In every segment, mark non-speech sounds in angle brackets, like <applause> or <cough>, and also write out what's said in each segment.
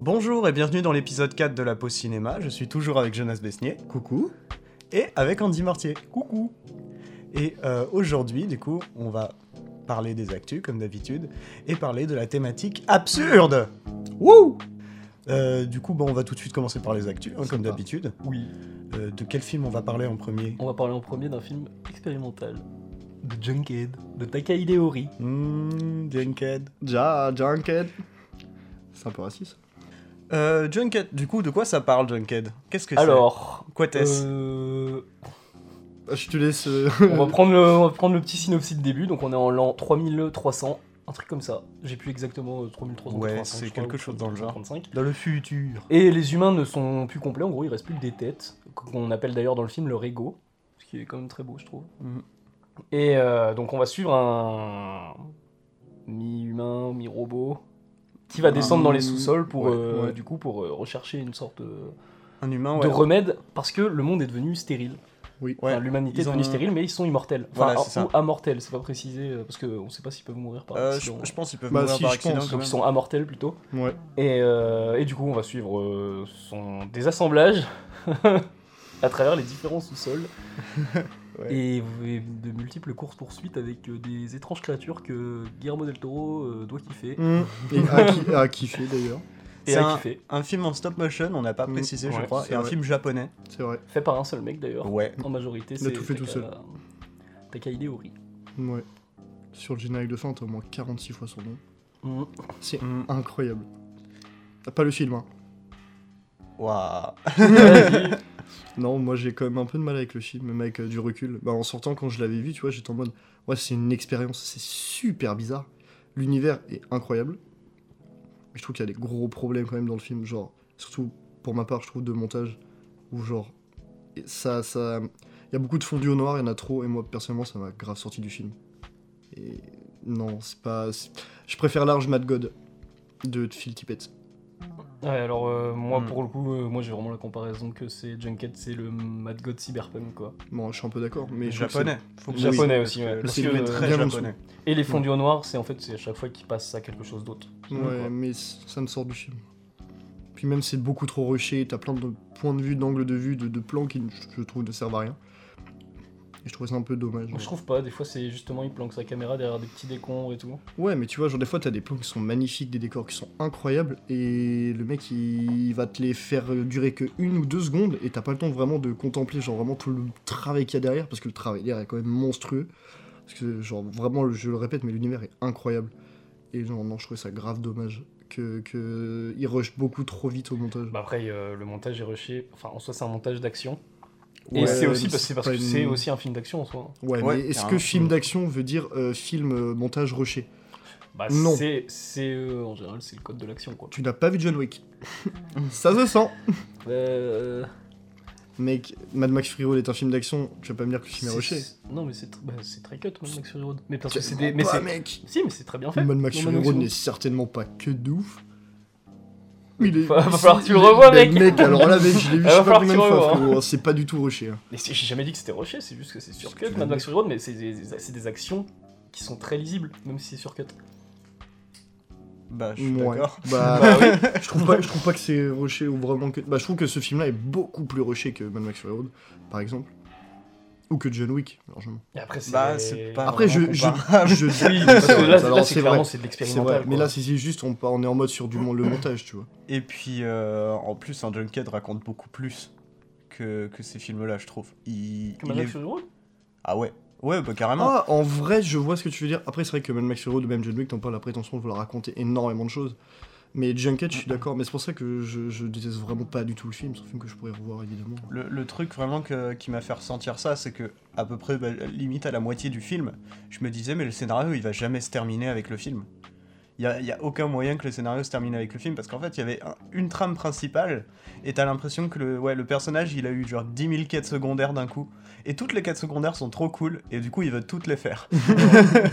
Bonjour et bienvenue dans l'épisode 4 de la Pause Cinéma. Je suis toujours avec Jonas Besnier. Coucou. Et avec Andy Mortier. Coucou. Et euh, aujourd'hui, du coup, on va parler des actus, comme d'habitude, et parler de la thématique absurde. Wouh Euh, Du coup, bon, on va tout de suite commencer par les actus, hein, comme Sympa. d'habitude. Oui. Euh, de quel film on va parler en premier On va parler en premier d'un film expérimental The Junkhead. de Takahide Ori. Hmm, Junkhead. Ja, Junkhead. C'est un peu raciste. Euh, Junkhead, du coup, de quoi ça parle, Junkhead Qu'est-ce que c'est Alors, Quoi t'est-ce euh, Ah, Je te laisse. euh, <laughs> on, va prendre le, on va prendre le petit synopsis de début. Donc, on est en l'an 3300, un truc comme ça. J'ai plus exactement euh, 3300. Ouais, 85, c'est je crois, quelque ou chose dans le genre. 35. Dans le futur. Et les humains ne sont plus complets, en gros, il reste plus que des têtes, qu'on appelle d'ailleurs dans le film leur ego, ce qui est quand même très beau, je trouve. Mhm. Et euh, donc on va suivre un mi-humain, mi-robot, qui va descendre dans les sous-sols pour, Ouais, euh, ouais. du coup, pour euh, rechercher une sorte de, Un humain, de ouais. remède, parce que le monde est devenu stérile. Oui. Ouais, Enfin, L'humanité ils est devenue ont- stérile, mais ils sont immortels. Enfin, Voilà, c'est ça. ou amortels, c'est pas précisé, euh, parce qu'on sait pas s'ils peuvent mourir par Euh, je, accident. je pense qu'ils peuvent Bah mourir si, par je accident pense. quand Donc même. ils sont amortels plutôt. Ouais. Et, euh, et du coup, on va suivre euh, son désassemblages <laughs> à travers les différents sous-sols. <laughs> Ouais. Et, et de multiples courses-poursuites avec euh, des étranges créatures que Guillermo del Toro euh, doit kiffer. Mm. Hmm. Et à, qui- à kiffer d'ailleurs. Et C'est à un- kiffer. Un film en stop motion, on n'a pas Mm, précisé, je ouais, crois, c'est et un vrai. film japonais. C'est vrai. Fait par un seul mec d'ailleurs. Ouais. En majorité, Oh. Il a c'est. tout fait tout Taka- seul. Takaide Ori. Ouais. Sur le générique de fin, t'as au moins 46 fois son nom. <laughs> Mm. C'est incroyable. T'as pas le film, hein. Waouh. Vas-y. Non, moi j'ai quand même un peu de mal avec le film, même avec euh, du recul. Bah, en sortant, quand je l'avais vu, tu vois, j'étais en mode, ouais, c'est une expérience, c'est super bizarre. L'univers est incroyable. Mais je trouve qu'il y a des gros problèmes quand même dans le film, genre, surtout pour ma part, je trouve, de montage, où genre, et ça. ça... Il y a beaucoup de fondus au noir, il y en a trop, et moi personnellement, ça m'a grave sorti du film. Et non, c'est pas. c'est- Je préfère large Mad God de Phil Tippett. Ouais, alors euh, moi Mm. pour le coup, euh, moi j'ai vraiment la comparaison que c'est Junket, c'est le Mad God Cyberpunk quoi. Bon, je suis un peu d'accord, mais. je trouve que japonais. Faut Oui. que- Japonais aussi, ouais. Le Parce film que, est euh, très bien en japonais. Et les fondus au noir, c'est en fait c'est à chaque fois qu'ils passent à quelque chose d'autre. euh, Ouais, Quoi. mais c- ça me sort du film. Puis même, c'est beaucoup trop rushé, t'as plein de points de vue, d'angles de vue, de, de plans qui, je- je trouve, ne servent à rien. Et je trouve ça un peu dommage. Moi, Je trouve pas, des fois c'est justement il planque sa caméra derrière des petits décombres et tout. Ouais, mais tu vois, genre des fois, t'as des plans qui sont magnifiques, des décors qui sont incroyables, et le mec, il, il va te les faire euh, durer que une ou deux secondes, et t'as pas le temps vraiment de contempler, genre, vraiment tout le travail qu'il y a derrière, parce que le travail derrière est quand même monstrueux. Parce que, genre, vraiment, je le répète, mais l'univers est incroyable. Et genre, non, je trouvais ça grave dommage que, que il rush beaucoup trop vite au montage. Bah après euh, le montage est rushé, enfin en soi c'est un montage d'action. Ouais, et c'est aussi mais parce, c'est parce pas que une- c'est aussi un film d'action en soi. Ouais, Ouais, mais est-ce carrément. que film d'action veut dire euh, film euh, montage rushé Bah Non. c'est, c'est euh, en général c'est le code de l'action quoi. Tu n'as pas vu John <laughs> Wick. ça se sent. Euh, Mec, Mad Max Free Road est un film d'action, tu vas pas me dire que le film est rushé. c'est- Non mais c'est, tr- bah, c'est très cut Mad Max Fury Road. Mais parce que c'est Tellement des, mais pas, c'est, mec si mais c'est très bien fait. Mad Max Non, Free Mad Road Fury n'est certainement pas que de ouf. Il est... <laughs> Va- va il- falloir que tu le il est- revois, mais mec. alors là, mec, <laughs> je l'ai vu Va je sais pas falloir combien que de tu fois, revois. frérot, C'est pas du tout rushé. hein. Mais c'est- j'ai jamais dit que c'était rushé, c'est juste que c'est surcut. C'est Mad Max Fury Road, mais c'est des, c'est des actions qui sont très lisibles, même si c'est surcut. Bah, je suis Ouais. d'accord. Bah, <laughs> Bah oui. je, trouve pas, je trouve pas que c'est rushé ou vraiment que. Bah, je trouve que ce film-là est beaucoup plus rushé que Mad Max Fury Road, par exemple. Ou que John Wick, largement. Et après c'est. Bah, c'est pas. Après, je, vraiment je, comparable. je- Ah Oui, parce que là, Alors, là, c'est c'est clairement vrai. c'est C'est vrai, de l'expérimental. mais quoi. là, c'est c'est juste, on, part- on est en mode sur du mon- le montage, tu vois. Et puis, euh, en plus, un Junkhead raconte beaucoup plus que, que ces films-là, je trouve. Il, Que il Mad Max est- Fury <laughs> Road Ah ouais. Ouais, bah carrément. Ah, en vrai, je vois ce que tu veux dire. Après, c'est vrai que Mad Max Fury Road, même John Wick, t'en parles la prétention de vouloir raconter énormément de choses. Mais Junket, je suis d'accord, mais c'est pour ça que je, je déteste vraiment pas du tout le film. C'est un film que je pourrais revoir, évidemment. Le, le truc vraiment que- qui m'a fait ressentir ça, c'est que à peu près, bah, limite à la moitié du film, je me disais mais le scénario il va jamais se terminer avec le film. Il y a, y a aucun moyen que le scénario se termine avec le film parce qu'en fait il y avait un- une trame principale et t'as l'impression que le, ouais, le personnage il a eu genre 10 000 quêtes secondaires d'un coup et toutes les quêtes secondaires sont trop cool et du coup il veut toutes les faire.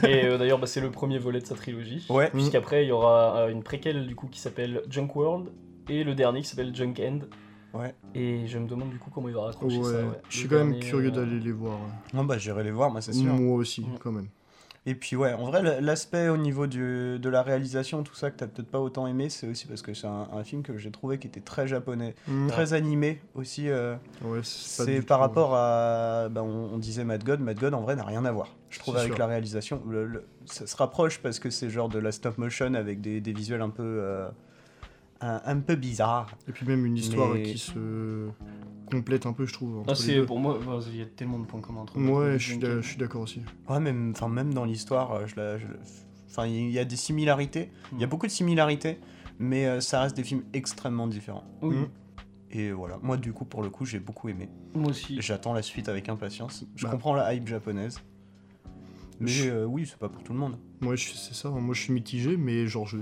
Et euh, d'ailleurs, bah, c'est le premier volet de sa trilogie. Ouais. Puisqu'après, il y aura euh, une préquelle du coup qui s'appelle Junk World et le dernier qui s'appelle Junk End. Ouais. Et je me demande du coup comment il va Ouais, raccrocher ça. ouais. je suis Le quand même dernier, curieux euh, d'aller les voir. ouais. Non bah j'irai les voir moi c'est sûr. Moi aussi, Mm. quand même. Et puis ouais, en vrai, la- l'aspect au niveau du- de la réalisation, tout ça que t'as peut-être pas autant aimé, c'est aussi parce que c'est un, un film que j'ai trouvé qui était très japonais, Mm. très animé aussi. euh, Ouais, pas c'est du par tout- euh, rapport à, bah, on, on disait Mad God, Mad God en vrai n'a rien à voir. Je trouve C'est avec sûr. la réalisation, Le- le- ça se rapproche parce que c'est genre de la stop motion avec des, des visuels un peu, euh, un, un peu bizarres. Et puis même une histoire Mais- qui se complète un peu, je trouve. Entre Ah, les c'est deux. pour moi, bah, il y a tellement de points communs entre nous. Ouais, je suis d'a- je suis d'accord aussi. Ouais, même, enfin même dans l'histoire, euh, je la- je la- enfin il y a des similarités, il y a Mm. beaucoup de similarités, mais euh, ça reste des films extrêmement différents. Oui, Mm. Et voilà, moi du coup pour le coup j'ai beaucoup aimé. moi aussi. J'attends la suite avec impatience. Je Bah. comprends la hype japonaise. Mais Je- euh, oui, c'est pas pour tout le monde. Moi, je suis- c'est ça. hein. Moi, je suis mitigé, mais genre, je,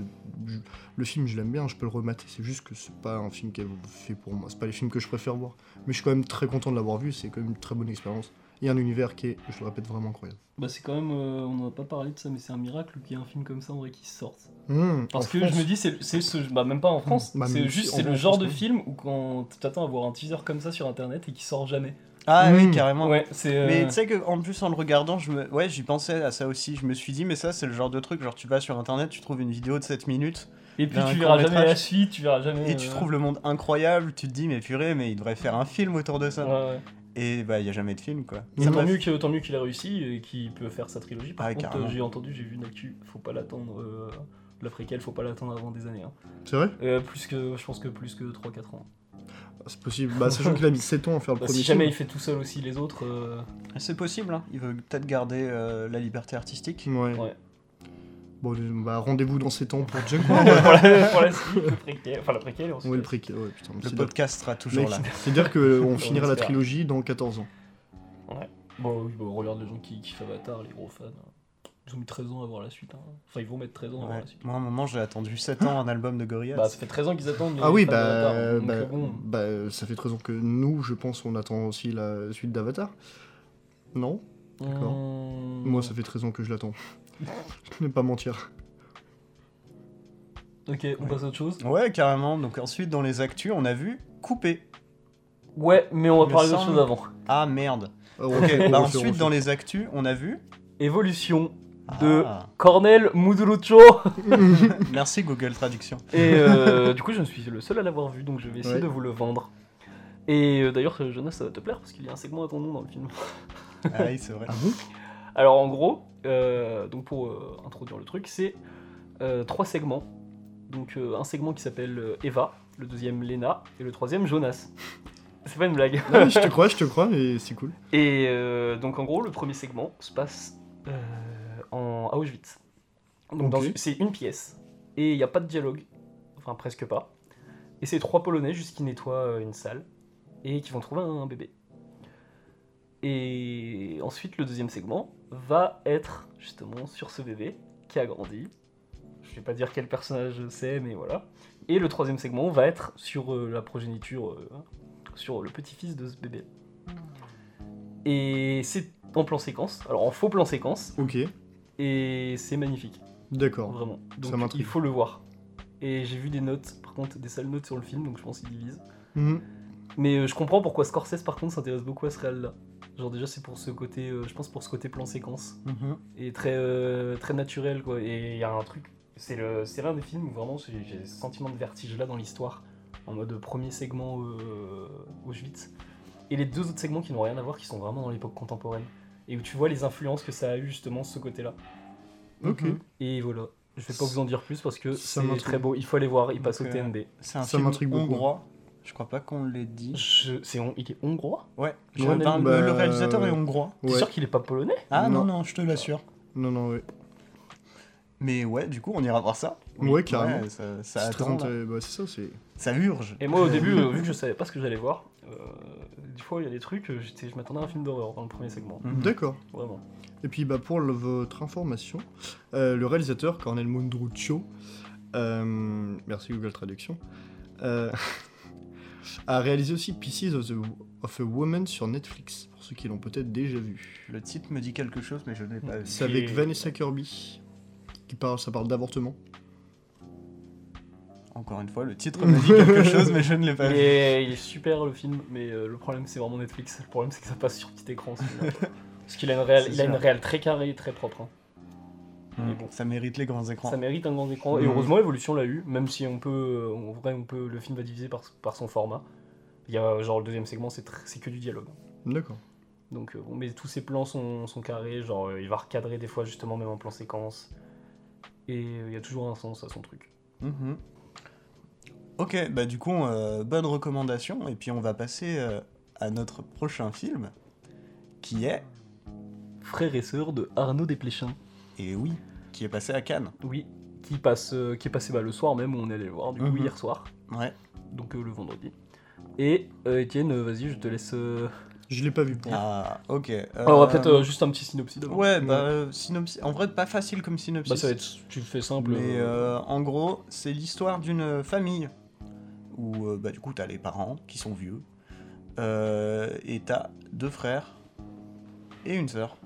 je- le film, je l'aime bien, je peux le remater. C'est juste que c'est pas un film qui est fait pour moi. C'est pas les films que je préfère voir. Mais je suis quand même très content de l'avoir vu. C'est quand même une très bonne expérience. Et un univers qui est, je le répète, vraiment incroyable. Bah, c'est quand même, euh, on n'en a pas parlé de ça, mais c'est un miracle qu'il y ait un film comme ça en vrai qui sorte. Mmh, Parce en que France, je me dis, c'est c'est ce. Bah, même pas en France, Bah, c'est même juste si, c'est en le France, genre de oui. film où quand t'attends à voir un teaser comme ça sur internet et qui sort jamais. Ah oui, Mm. carrément. Ouais, c'est. euh, Mais tu sais que en plus en le regardant, je me... ouais, j'y pensais à ça aussi. Je me suis dit, mais ça c'est le genre de truc, genre tu vas sur internet, tu trouves une vidéo de 7 minutes Et puis d'un tu verras jamais court-métrage. la suite, tu verras jamais. et tu euh, trouves le monde incroyable, tu te dis, mais purée, mais il devrait faire un film autour de ça. ouais, ouais. Et bah, il y a jamais de film quoi. Mais Ça tant, m'a- mieux que- tant mieux qu'il a réussi et qu'il peut faire sa trilogie. Par Ah, contre, carrément. euh, j'ai entendu, j'ai vu une actu, faut pas l'attendre. euh, La préquelle, faut pas l'attendre avant des années. hein. C'est vrai Euh, plus que, je pense que plus que 3-4 ans. C'est possible. Bah, sachant qu'il a mis 7 ans à faire le Bah, premier si jamais il film. fait tout seul aussi les autres, euh, C'est possible, hein. il veut peut-être garder euh, la liberté artistique. Ouais. Ouais. Bon, bah, rendez-vous dans 7 ans pour Jack. pour, <laughs> la, pour la suite, le préquel, enfin la préquelle. ensuite. Ouais, le prix. Ouais, putain. Le c'est dire- podcast sera toujours mec, là. C'est-à-dire <laughs> qu'on On finira la espère. trilogie dans 14 ans. Bon, Bah oui, bon, regarde les gens qui kiffent Avatar, les gros fans. hein. Ils ont mis 13 ans à voir la suite. hein. Enfin, ils vont mettre 13 ans à voir Ouais. la suite. Moi, à un moment, j'ai attendu 7 ans un album de Gorillaz. Bah, ça fait 13 ans qu'ils attendent. les Ah oui, fans bah, d'Avatar, donc, bah, euh, bon. bah, ça fait 13 ans que nous, je pense, on attend aussi la suite d'Avatar. Non d'accord. Hum, Moi, ça fait 13 ans que je l'attends. <laughs> je ne vais pas mentir. Ok, on Ouais. passe à autre chose. Ouais, carrément. Donc ensuite, dans les actus, on a vu Coupé. Ouais, mais on va Me parler d'autre semble. chose avant. Ah merde. Ah, Ok, refait, bah refait, ensuite, refait. dans les actus, on a vu. Évolution de Ah. Cornel <laughs> Mudulucho. Merci Google Traduction. Et euh, du coup, je ne suis le seul à l'avoir vu, donc je vais essayer Ouais. de vous le vendre. Et euh, d'ailleurs, euh, Jonas, ça va te plaire parce qu'il y a un segment à ton nom dans le film. Ah oui, c'est vrai. Ah bon Alors en gros, euh, donc pour euh, introduire le truc, c'est euh, trois segments. Donc euh, un segment qui s'appelle euh, Eva, le deuxième Lena et le troisième Jonas. C'est pas une blague. Non, mais Je te crois, je te crois, mais c'est cool. Et euh, donc en gros, le premier segment se passe euh, en à Auschwitz. Donc dans Ok. une- c'est une pièce et il n'y a pas de dialogue, enfin presque pas. Et c'est trois Polonais juste qui nettoient euh, une salle et qui vont trouver un, un bébé. Et ensuite, le deuxième segment va être justement sur ce bébé qui a grandi. Je vais pas dire quel personnage c'est, mais voilà. Et le troisième segment va être sur euh, la progéniture, euh, sur le petit-fils de ce bébé. Et c'est en plan séquence, alors en faux plan séquence, Ok, et c'est magnifique, d'accord. vraiment. Donc Ça m'intrigue. il faut le voir. Et j'ai vu des notes, par contre, des sales notes sur le film, donc je pense qu'il divise. Mhm. Mais euh, je comprends pourquoi Scorsese, par contre, s'intéresse beaucoup à ce réel-là. Genre déjà, c'est pour ce côté, euh, je pense, pour ce côté plan séquence, Mhm. et très, euh, très naturel, quoi. Et il y a un truc, c'est le, c'est l'un des films où vraiment j'ai j'ai ce sentiment de vertige là dans l'histoire, en mode premier segment euh, Auschwitz, et les deux autres segments qui n'ont rien à voir, qui sont vraiment dans l'époque contemporaine, et où tu vois les influences que ça a eu justement ce côté-là. Ok. Mhm. Et voilà. Je vais pas vous en dire plus parce que Ça c'est m'intrigue. très beau. Il faut aller voir. Il passe euh, Ok. au TND. C'est un Ça m'intrigue film beaucoup. hongrois. Je crois pas qu'on l'ait dit. Je... c'est hon- Il est hongrois Ouais. Ouais, Je- ben, bah, le, le réalisateur est euh, hongrois. T'es Ouais. sûr qu'il est pas polonais Ah non, non. non, je te l'assure. Non, non, ouais. Mais ouais, du coup, on ira voir ça. Ouais, carrément. ça, ça C'est très attend, là. intéressant. Bah, c'est ça, c'est. ça urge. Et moi au début, euh, vu que je savais pas ce que j'allais voir, euh, des fois il y a des trucs, euh, j'étais- je m'attendais à un film d'horreur dans le premier segment. Mhm. D'accord. Vraiment. Et puis bah, pour le- votre information, euh, le réalisateur Cornel Mundruccio, euh, merci Google Traduction, euh, <laughs> a réalisé aussi Pieces of, the- of a Woman sur Netflix, pour ceux qui l'ont peut-être déjà vu. Le titre me dit quelque chose, mais je ne l'ai pas vu. C'est avec Et- Vanessa Kirby, qui parle, ça parle d'avortement. Encore une fois, le titre me dit <laughs> quelque chose, mais je ne l'ai pas vu. Et il est super le film, mais euh, le problème c'est vraiment <laughs> Netflix. Le problème c'est que ça passe sur petit écran. celui-là. Parce qu'il a une réelle, C'est il a une sûr. réelle très carrée, et très propre. hein. Mm. Mais bon. Ça mérite les grands écrans. Ça mérite un grand Mm. écran. Et Mhm. heureusement, Evolution l'a eu, même si on peut, euh, en vrai, on peut, le film va diviser par, par son format. Il y a, genre, le deuxième segment, c'est tr- c'est que du dialogue. D'accord. Donc, euh, bon, mais tous ses plans sont, sont carrés, genre, euh, il va recadrer des fois, justement, même en plan séquence. Et euh, il y a toujours un sens à son truc. Mhm. Ok, bah du coup, euh, bonne recommandation. Et puis on va passer euh, à notre prochain film, qui est, Frère et sœur de Arnaud Desplechin. et oui, qui est passé à Cannes. Oui, qui, passe, euh, qui est passé bah, le soir même où on allait le voir, du coup, Mhm. hier soir, Ouais. donc euh, le vendredi. Et euh, Étienne, euh, vas-y, je te laisse. euh, Je l'ai pas vu pour. Ah, ok. euh, on va peut-être euh, juste un petit synopsis d'abord. Ouais, bah, euh, synopsis. En vrai, pas facile comme synopsis. Bah, ça va être, tu le fais simple. Mais euh, euh, en gros, c'est l'histoire d'une famille où euh, bah, du coup t'as les parents qui sont vieux euh, et t'as deux frères et une sœur.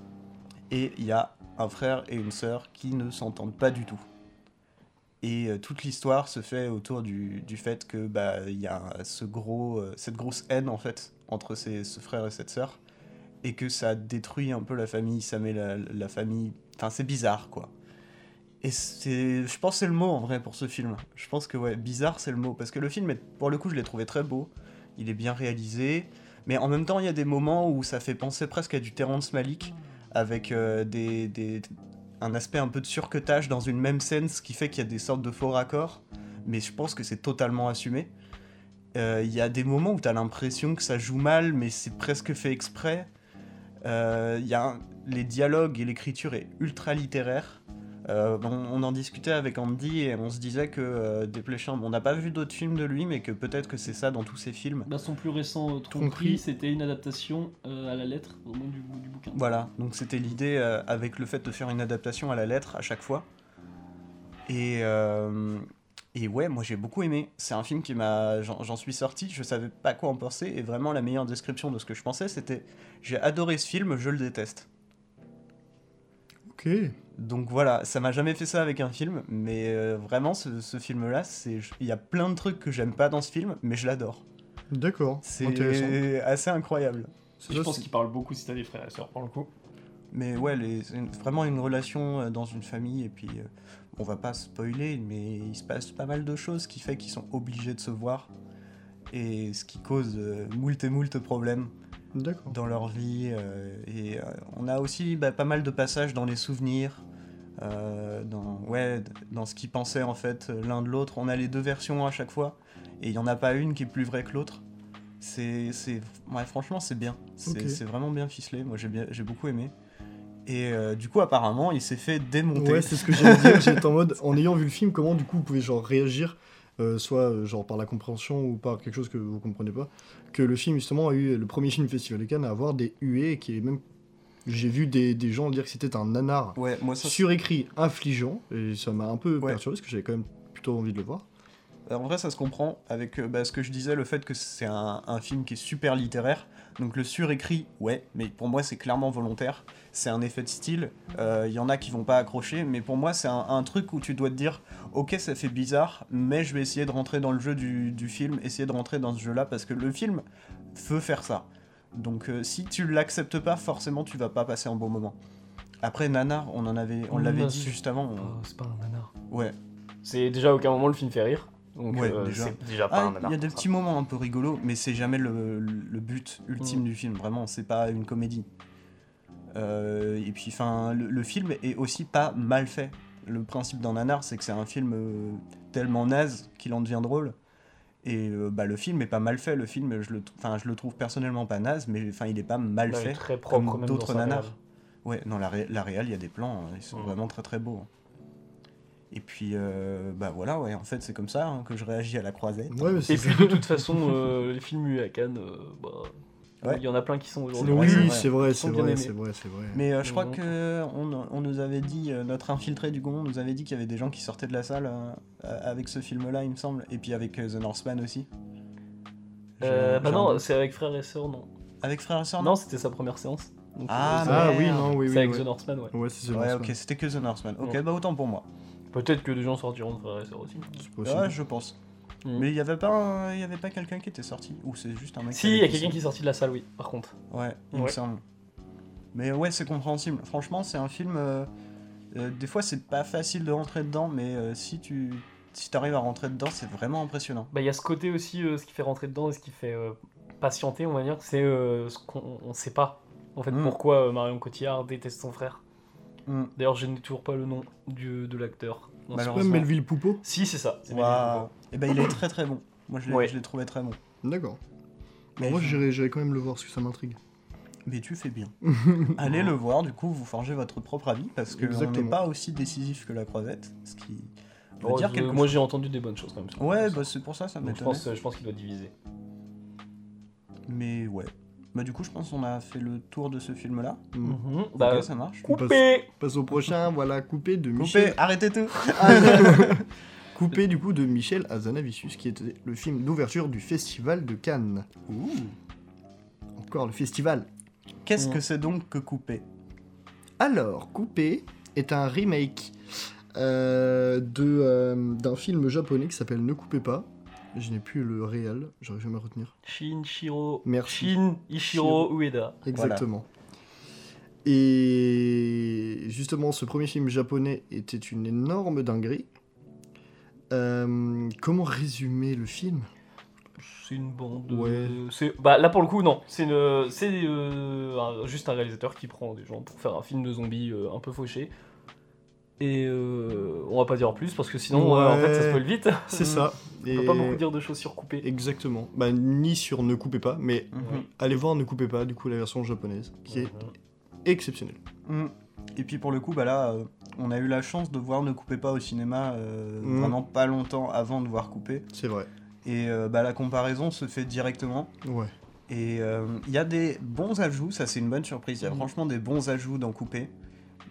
Et il y a un frère et une sœur qui ne s'entendent pas du tout. Et euh, toute l'histoire se fait autour du, du fait que bah il y a ce gros, euh, cette grosse haine en fait entre ces, ce frère et cette sœur et que ça détruit un peu la famille, ça met la, la famille. Enfin, c'est bizarre quoi. Et c'est, je pense que c'est le mot en vrai pour ce film. Je pense que ouais, bizarre c'est le mot parce que le film, est, pour le coup, je l'ai trouvé très beau. Il est bien réalisé, mais en même temps, il y a des moments où ça fait penser presque à du Terrence Malick avec euh, des, des- un aspect un peu de surquetage dans une même scène, ce qui fait qu'il y a des sortes de faux raccords. Mais je pense que c'est totalement assumé. Euh, Il y a des moments où t'as l'impression que ça joue mal, mais c'est presque fait exprès. Euh, Il y a un- les dialogues et l'écriture est ultra littéraire. Euh, on, on en discutait avec Andy et on se disait que euh, Desplechin, on n'a pas vu d'autres films de lui, mais que peut-être que c'est ça dans tous ses films. Bah, son plus récent euh, Tromperie. tromperie, c'était une adaptation euh, à la lettre vraiment du, du bouquin. Voilà, donc c'était l'idée euh, avec le fait de faire une adaptation à la lettre à chaque fois. Et, euh, et ouais, moi j'ai beaucoup aimé. C'est un film qui m'a. J'en j'en suis sorti, je savais pas quoi en penser, et vraiment la meilleure description de ce que je pensais c'était j'ai adoré ce film, je le déteste. Ok. Donc voilà, ça m'a jamais fait ça avec un film, mais euh, vraiment ce, ce film-là, c'est je- il y a plein de trucs que j'aime pas dans ce film, mais je l'adore. D'accord. Intéressant. C'est euh, assez incroyable. Ça, Je pense c'est- qu'il parle beaucoup si t'as des frères et sœurs pour le coup. Mais ouais, les- c'est une- vraiment une relation euh, dans une famille, et puis euh, on va pas spoiler, mais il se passe pas mal de choses qui fait qu'ils sont obligés de se voir, et ce qui cause euh, moult et moult problèmes D'accord. dans leur vie. euh, et euh, on a aussi bah, pas mal de passages dans les souvenirs, euh, dans, ouais, d- dans ce qu'ils pensaient en fait euh, l'un de l'autre. On a les deux versions à chaque fois, et il n'y en a pas une qui est plus vraie que l'autre. C'est, c'est, ouais, franchement, c'est bien. C'est, Ok. c'est vraiment bien ficelé. Moi, j'ai, bien, j'ai beaucoup aimé. Et euh, du coup, apparemment, il s'est fait démonter. Ouais, c'est ce que j'allais <laughs> dire. J'étais en mode, en ayant vu le film, comment du coup vous pouvez genre réagir, euh, soit euh, genre par la compréhension ou par quelque chose que vous comprenez pas, que le film justement a eu le premier film Festival de Cannes à avoir des huées et qui est même, j'ai vu des, des gens dire que c'était un nanar Ouais, moi, ça, surécrit affligeant et ça m'a un peu Ouais. perturbé parce que j'avais quand même plutôt envie de le voir. Alors, Euh, en vrai, ça se comprend avec euh, bah, ce que je disais, le fait que c'est un, un film qui est super littéraire. Donc le surécrit, ouais, mais pour moi c'est clairement volontaire. C'est un effet de style. Euh, Il y en a qui vont pas accrocher, mais pour moi c'est un, un truc où tu dois te dire, ok, ça fait bizarre, mais je vais essayer de rentrer dans le jeu du, du film, essayer de rentrer dans ce jeu-là parce que le film veut faire ça. Donc euh, si tu l'acceptes pas, forcément tu vas pas passer un bon moment. Après Nanar, on en avait, on On l'avait a dit su- juste avant. Oh, on- c'est pas un nanar. Ouais. C'est déjà à aucun moment le film fait rire. Donc Ouais, euh, déjà. c'est déjà pas Ah, un nanar. il y a des comme ça. petits moments un peu rigolos, mais c'est jamais le, le but ultime Mm. du film. Vraiment, c'est pas une comédie. Euh, et puis, enfin, le, le film est aussi pas mal fait. Le principe d'un nanar, c'est que c'est un film euh, tellement naze qu'il en devient drôle. Et euh, bah, le film est pas mal fait. Le film, je le, t- 'fin, je le trouve personnellement pas naze, mais enfin, il est pas mal Il est fait. très propre, comme même d'autres dans sa nanars. réal. Ouais, non, la, ré- la réal, il y a des plans, euh, ils sont Mm. vraiment très très beaux. Et puis, euh, bah voilà, ouais, en fait, c'est comme ça hein, que je réagis à la croisette. Ouais, mais c'est Et puis de toute façon, euh, les films muets à Cannes, euh, bah, il Ouais. y en a plein qui sont aujourd'hui. vrai, c'est oui, vrai. c'est vrai, Ils sont c'est bien vrai, aimés. c'est vrai, c'est vrai. Mais euh, je crois Mhm. que on, on nous avait dit, euh, notre infiltré du Gaumont nous avait dit qu'il y avait des gens qui sortaient de la salle euh, euh, avec ce film-là, il me semble, et puis avec euh, The Northman aussi. J'ai- Euh, bah j'ai un non, doute. c'est avec frère et sœur, non. avec Frère et Sœur, Non, c'était sa première séance. Donc, Ah, euh, c'est- Ah merde. oui, non, oui, c'est oui. avec ouais. The Northman, ouais. Ouais, c'est The Ouais, Northman. ok, c'était que The Northman. Ok, Ouais. bah autant pour moi. Peut-être que des gens sortiront de frère et sœur aussi. C'est Ah, possible. je pense. Mhm. Mais il y avait pas, un- il y avait pas quelqu'un qui était sorti, ou c'est juste un mec. Si, il y a avait quelqu'un dit qui est sorti de la salle, oui, par contre. ça. Ouais, il me Ouais. semble. Mais ouais, c'est compréhensible. Franchement, c'est un film euh, Euh, des fois, c'est pas facile de rentrer dedans, mais euh, si tu si arrives à rentrer dedans, c'est vraiment impressionnant. Bah, il y a ce côté aussi, euh, ce qui fait rentrer dedans et ce qui fait euh, patienter, on va dire, c'est euh, ce qu'on on sait pas. En fait, Mm. pourquoi euh, Marion Cotillard déteste son frère. Mm. D'ailleurs, je n'ai toujours pas le nom du, de l'acteur. Non, c'est- Malheureusement. Même Melville Poupeau. Si, c'est ça. c'est Mel Waouh. Et ben, il est très très bon. Moi, je l'ai Ouais. je l'ai trouvé très bon. D'accord. Mais, Moi, j'irai j'irai quand même le voir parce que ça m'intrigue. mais tu fais bien. Allez le voir, du coup, vous forgez votre propre avis, parce que on n'est Exactement. pas aussi décisif que la croisette, ce qui veut Gibson. dire Oh, je- quelque moi, j'ai entendu des bonnes choses quand même. sur chose. Ouais, ça. bah, c'est pour ça, ça Donc, je m'étonne. pense, je pense qu'il doit diviser. Mais ouais. Bah, du coup, je pense qu'on a fait le tour de ce film-là. Mm. Bah, Hmm. Ok, ça marche. coupé Passe au prochain, voilà, coupé de Coupé, <laughs> Michel. arrêtez tout Coupé du coup de Michel Azanavicius, qui était le film d'ouverture du Festival de Cannes. Encore le festival. Qu'est-ce Ouais. que c'est donc que couper Alors, Coupé est un remake euh, de, euh, d'un film japonais qui s'appelle Ne coupez pas. Je n'ai plus le réel, j'arrive jamais à retenir. Shinichiro. Merci. Shin Ichiro Ueda. Exactement. Et justement, ce premier film japonais était une énorme dinguerie. Euh, comment résumer le film C'est une bande. Ouais. euh, c'est- Bah, là pour le coup, non. C'est une... c'est, euh, un- juste un réalisateur qui prend des gens pour faire un film de zombies euh, un peu fauché. Et euh, on va pas dire plus parce que sinon, euh, en fait, ça Ouais. spoil vite. <laughs> C'est ça. On peut Et- pas beaucoup dire de choses sur coupé. Exactement. Bah, ni sur Ne coupez pas, mais Mmh. Mhm. allez voir Ne coupez pas, du coup, la version japonaise, qui est exceptionnelle. Mm. Et puis pour le coup, bah là, euh, on a eu la chance de voir Ne coupez pas au cinéma euh, Mm. vraiment pas longtemps avant de voir couper. C'est vrai. Et euh, bah, la comparaison se fait directement. Ouais. Et euh, il y a des bons ajouts, ça c'est une bonne surprise. Il y a Mhm. franchement des bons ajouts dans Coupé.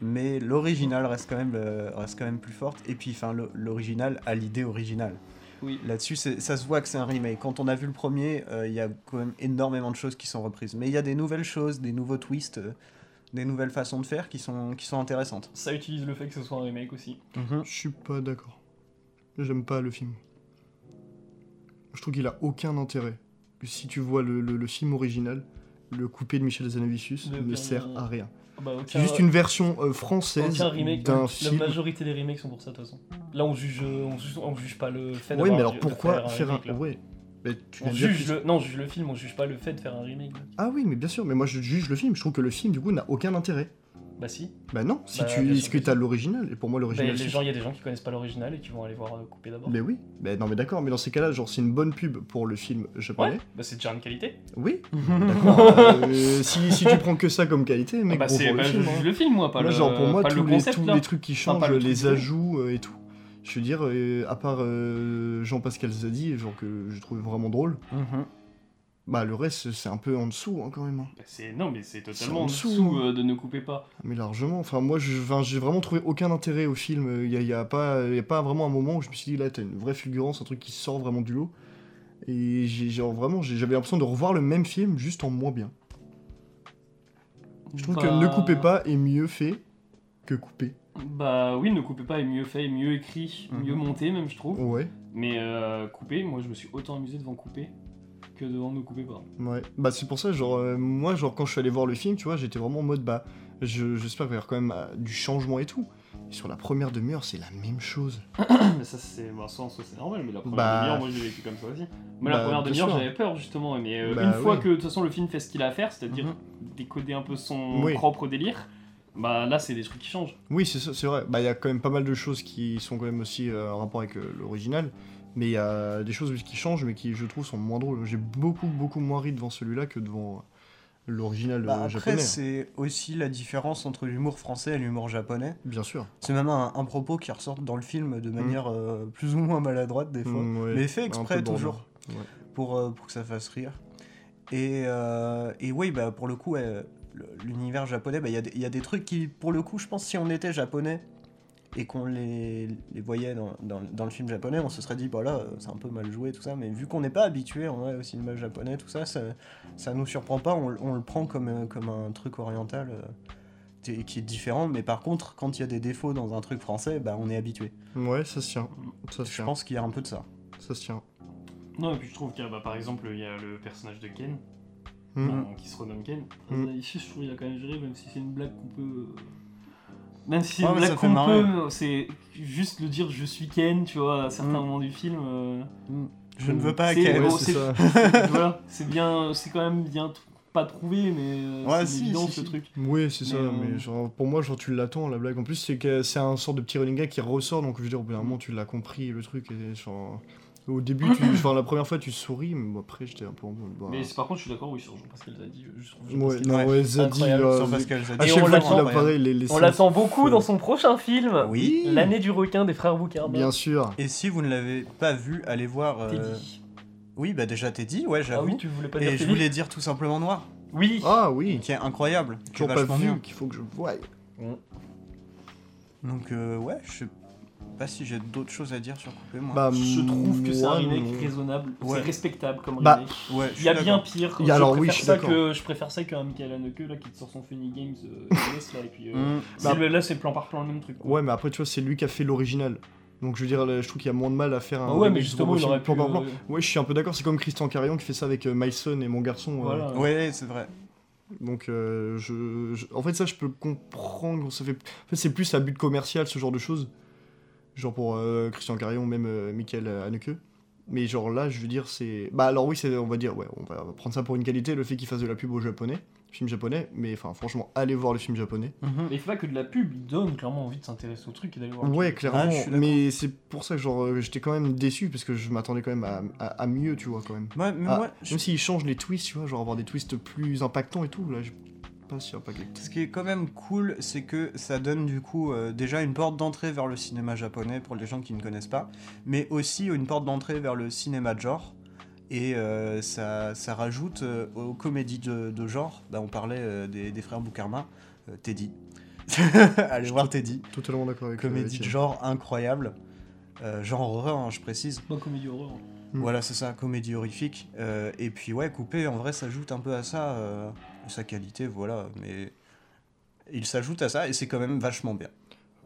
Mais l'original reste, quand même, euh, reste quand même plus forte. Et puis enfin, le- l'original a l'idée originale. Oui. Là-dessus, c'est- ça se voit que c'est un remake. Quand on a vu le premier, euh, il y a quand même énormément de choses qui sont reprises. Mais il y a des nouvelles choses, des nouveaux twists, euh, des nouvelles façons de faire qui sont, qui sont intéressantes. Ça utilise le fait que ce soit un remake aussi. Je suis pas d'accord. J'aime pas le film. Je trouve qu'il a aucun intérêt. Si tu vois le, le- le film original, le coupé de Michel Zanavicius De ne aucun- sert à rien. Ah bah, C'est aucun- juste une version euh, française aucun remake. d'un La film. majorité des remakes sont pour ça de toute façon. Là on juge, euh, on juge, on juge pas le fait. Oui, mais d'avoir- alors de pourquoi faire un. remake, là. Ouais. Mais tu On viens de dire juge que- le, non, on juge le film, on juge pas le fait de faire un remake. là. Ah oui, mais bien sûr, mais moi je juge le film. Je trouve que le film, du coup, n'a aucun intérêt. Bah si. Bah non, si Bah, tu bien sûr que discutes si. à l'original, et pour moi Bah, l'original. les suffit. gens, il y a des gens qui connaissent pas l'original et qui vont aller voir euh, couper d'abord. Mais oui, mais non, mais d'accord, mais dans ces cas-là, genre c'est une bonne pub pour le film japonais. Ouais, bah c'est déjà une qualité. Oui, <laughs> Mhm. d'accord. euh, si, si tu prends que ça comme qualité, mec, bah, bon, c'est pour le bah, film, je hein. juge le film, moi, pas Moi, le genre pour moi, pas tous, le concept. les, tous là. les trucs qui changent, pas le les truc. ajouts euh, et tout. Je veux dire, euh, à part euh, Jean-Pascal Zadi, genre que je trouve vraiment drôle, Mhm. bah le reste c'est un peu en dessous hein, quand même. hein. Bah, c'est non, mais c'est C'est totalement en en dessous, hein. dessous euh, de ne couper pas. Mais largement, enfin moi je- enfin, j'ai vraiment trouvé aucun intérêt au film. Il n'y a, y a pas, y a pas vraiment un moment où je me suis dit là t'as une vraie fulgurance, un truc qui sort vraiment du lot. Et j'ai genre vraiment, j'ai- j'avais l'impression de revoir le même film juste en moins bien. Je trouve Bah, que Ne coupez pas est mieux fait que couper. Bah oui, ne coupez pas est mieux fait, mieux écrit, Mhm. mieux monté même, je trouve. Ouais. Mais euh, couper, moi, je me suis autant amusé devant couper que devant ne couper pas. Ouais, bah c'est pour ça, genre, euh, moi, genre, quand je suis allé voir le film, tu vois, j'étais vraiment en mode, bah, je- j'espère qu'il va y avoir quand même euh, du changement et tout. Et sur la première demi-heure, c'est la même chose. mais ça, c'est bah, ça en soi, c'est normal. Mais la première Bah, demi-heure, moi, je l'ai vécu comme ça aussi. Moi, bah, la première bien demi-heure, sûr. j'avais peur justement. Mais euh, Bah, une fois ouais. que de toute façon le film fait ce qu'il a à faire, c'est-à-dire Mhm. décoder un peu son Oui. propre délire, bah là, c'est des trucs qui changent. Oui, c'est ça, c'est vrai. Bah, il y a quand même pas mal de choses qui sont quand même aussi euh, en rapport avec euh, l'original. Mais il y a des choses qui changent, mais qui, je trouve, sont moins drôles. J'ai beaucoup, beaucoup moins ri devant celui-là que devant euh, l'original Bah, euh, après, japonais. c'est aussi la différence entre l'humour français et l'humour japonais. Bien sûr. C'est même un, un propos qui ressort dans le film de manière euh, plus ou moins maladroite des fois. Mm, ouais. Mais fait Un exprès peu borné. toujours. Ouais. Pour, euh, pour que ça fasse rire. Et, euh, et oui, bah, pour le coup, euh, le- l'univers japonais, bah, il y, a des- il y a des trucs qui, pour le coup, je pense, si on était japonais et qu'on les, les voyait dans, dans- dans le film japonais, on se serait dit, bah là, euh, c'est un peu mal joué, tout ça. Mais vu qu'on n'est pas habitué en vrai, au cinéma japonais, tout ça, ça, ça nous surprend pas. On, l- on le prend comme, euh, comme un truc oriental euh, qui est- qui est différent. Mais par contre, quand il y a des défauts dans un truc français, bah, on est habitué. Ouais, ça se tient. Ça se Je tient. pense qu'il y a un peu de ça. Ça se tient. Non, et puis je trouve qu'il y a, bah, par exemple, il y a le personnage de Ken, Mm. euh, qui se renomme Ken. Mm. Ici, je trouve qu'il a quand même géré, même si c'est une blague qu'on peut, euh, Même si Ouais, mais la ça fait compo, marrer. euh, c'est juste le dire je suis Ken, tu vois, à certains Mm. moments du film. euh, Je ne veux pas C'est- qu'elle. ouais, Ouais, bon, Mm. c'est <laughs> ça. voilà, c'est bien, c'est quand même bien tr- pas trouvé, mais euh, Ouais, c'est si, évident si, ce si. truc. Oui, c'est Mais, ça, euh, mais genre, pour moi, genre, tu l'attends, la blague. En plus, c'est que c'est un sort de petit running gag qui ressort, donc je veux dire, au bout d'un moment, tu l'as compris, le truc. Et, genre, au début, tu, genre, la première fois, tu souris, mais bon, après, j'étais un peu en mode. bah, Mais c'est- par contre, je suis d'accord, oui, sur Jean-Pascal Zadi. euh, Je trouve ouais, Jean-Pascal- non, ouais, ouais, Zadie, incroyable, euh, Sur Pascal Zadie. à Et chaque on fois qu'il l'attend, apparaît, les, les On scènes- l'attend beaucoup feu. dans son prochain film, Oui. L'année du requin des frères Boucard. Bien sûr. Et si vous ne l'avez pas vu, allez voir. euh, Teddy. Oui, bah déjà Teddy, ouais, Ah j'avoue. oui, tu voulais pas dire Et je Teddy voulais dire tout simplement Noir, Oui. Ah oui, qui est incroyable, qui est toujours pas vachement bien. vu, qu'il faut que je voie. Donc euh, ouais, je sais pas si j'ai d'autres choses à dire sur Coupé, moi. Bah, Je trouve que c'est un moi, remake non. raisonnable, Ouais. c'est respectable comme Bah, remake. ouais, je Il suis y a bien d'accord. pire. Il y a- alors oui, préfère je suis ça d'accord. que je préfère ça qu'un Michael Haneke là qui te sort son Funny Games euh, US, là et puis euh, Mmh. c'est Bah- le- là c'est plan par plan le même truc. quoi. Ouais, mais après, tu vois, c'est lui qui a fait l'original. Donc, je veux dire, là, je trouve qu'il y a moins de mal à faire un. Ah ouais, remake mais du justement, Robocop il aurait pu. plan par plan. euh, Ouais, je suis un peu d'accord, c'est comme Christian Carion qui fait ça avec euh, My Son et Mon Garçon. euh, Voilà. Ouais, c'est vrai. Donc, euh, je, je- en fait, ça, je peux comprendre. qu'on se fait... En fait, c'est plus à but commercial, ce genre de choses. Genre pour euh, Christian Carion, même euh, Michael Haneke. Mais genre là, je veux dire, c'est. Bah alors, oui, c'est- on va dire, ouais, on va prendre ça pour une qualité, le fait qu'il fasse de la pub au japonais, film japonais. Mais enfin, franchement, allez voir le film japonais. Mhm. Mais il faut pas que de la pub il donne clairement envie de s'intéresser au truc et d'aller voir. le Ouais, truc. clairement. Ah, je suis d'accord. mais c'est pour ça que genre, euh, j'étais quand même déçu, parce que je m'attendais quand même à, à- à mieux, tu vois, quand même. Ouais, mais Ah, moi, je- Même s'ils changent les twists, tu vois, genre avoir des twists plus impactants et tout, là, je pas si impactant. ce qui est quand même cool, c'est que ça donne du coup euh, déjà une porte d'entrée vers le cinéma japonais pour les gens qui ne connaissent pas, mais aussi une porte d'entrée vers le cinéma de genre. Et euh, ça, ça rajoute euh, aux comédies de, de genre. Bah, on parlait euh, des, des frères Boukarma, euh, Teddy. <laughs> Allez voir Teddy. Totalement d'accord avec euh, Comédie de Étienne. genre incroyable. Euh, genre horreur, hein, je précise. Pas comédie horreur. Mm. Voilà, c'est ça, comédie horrifique. Euh, et puis ouais, coupé, en vrai, s'ajoute un peu à ça, euh, sa qualité, voilà. Mais il s'ajoute à ça et c'est quand même vachement bien.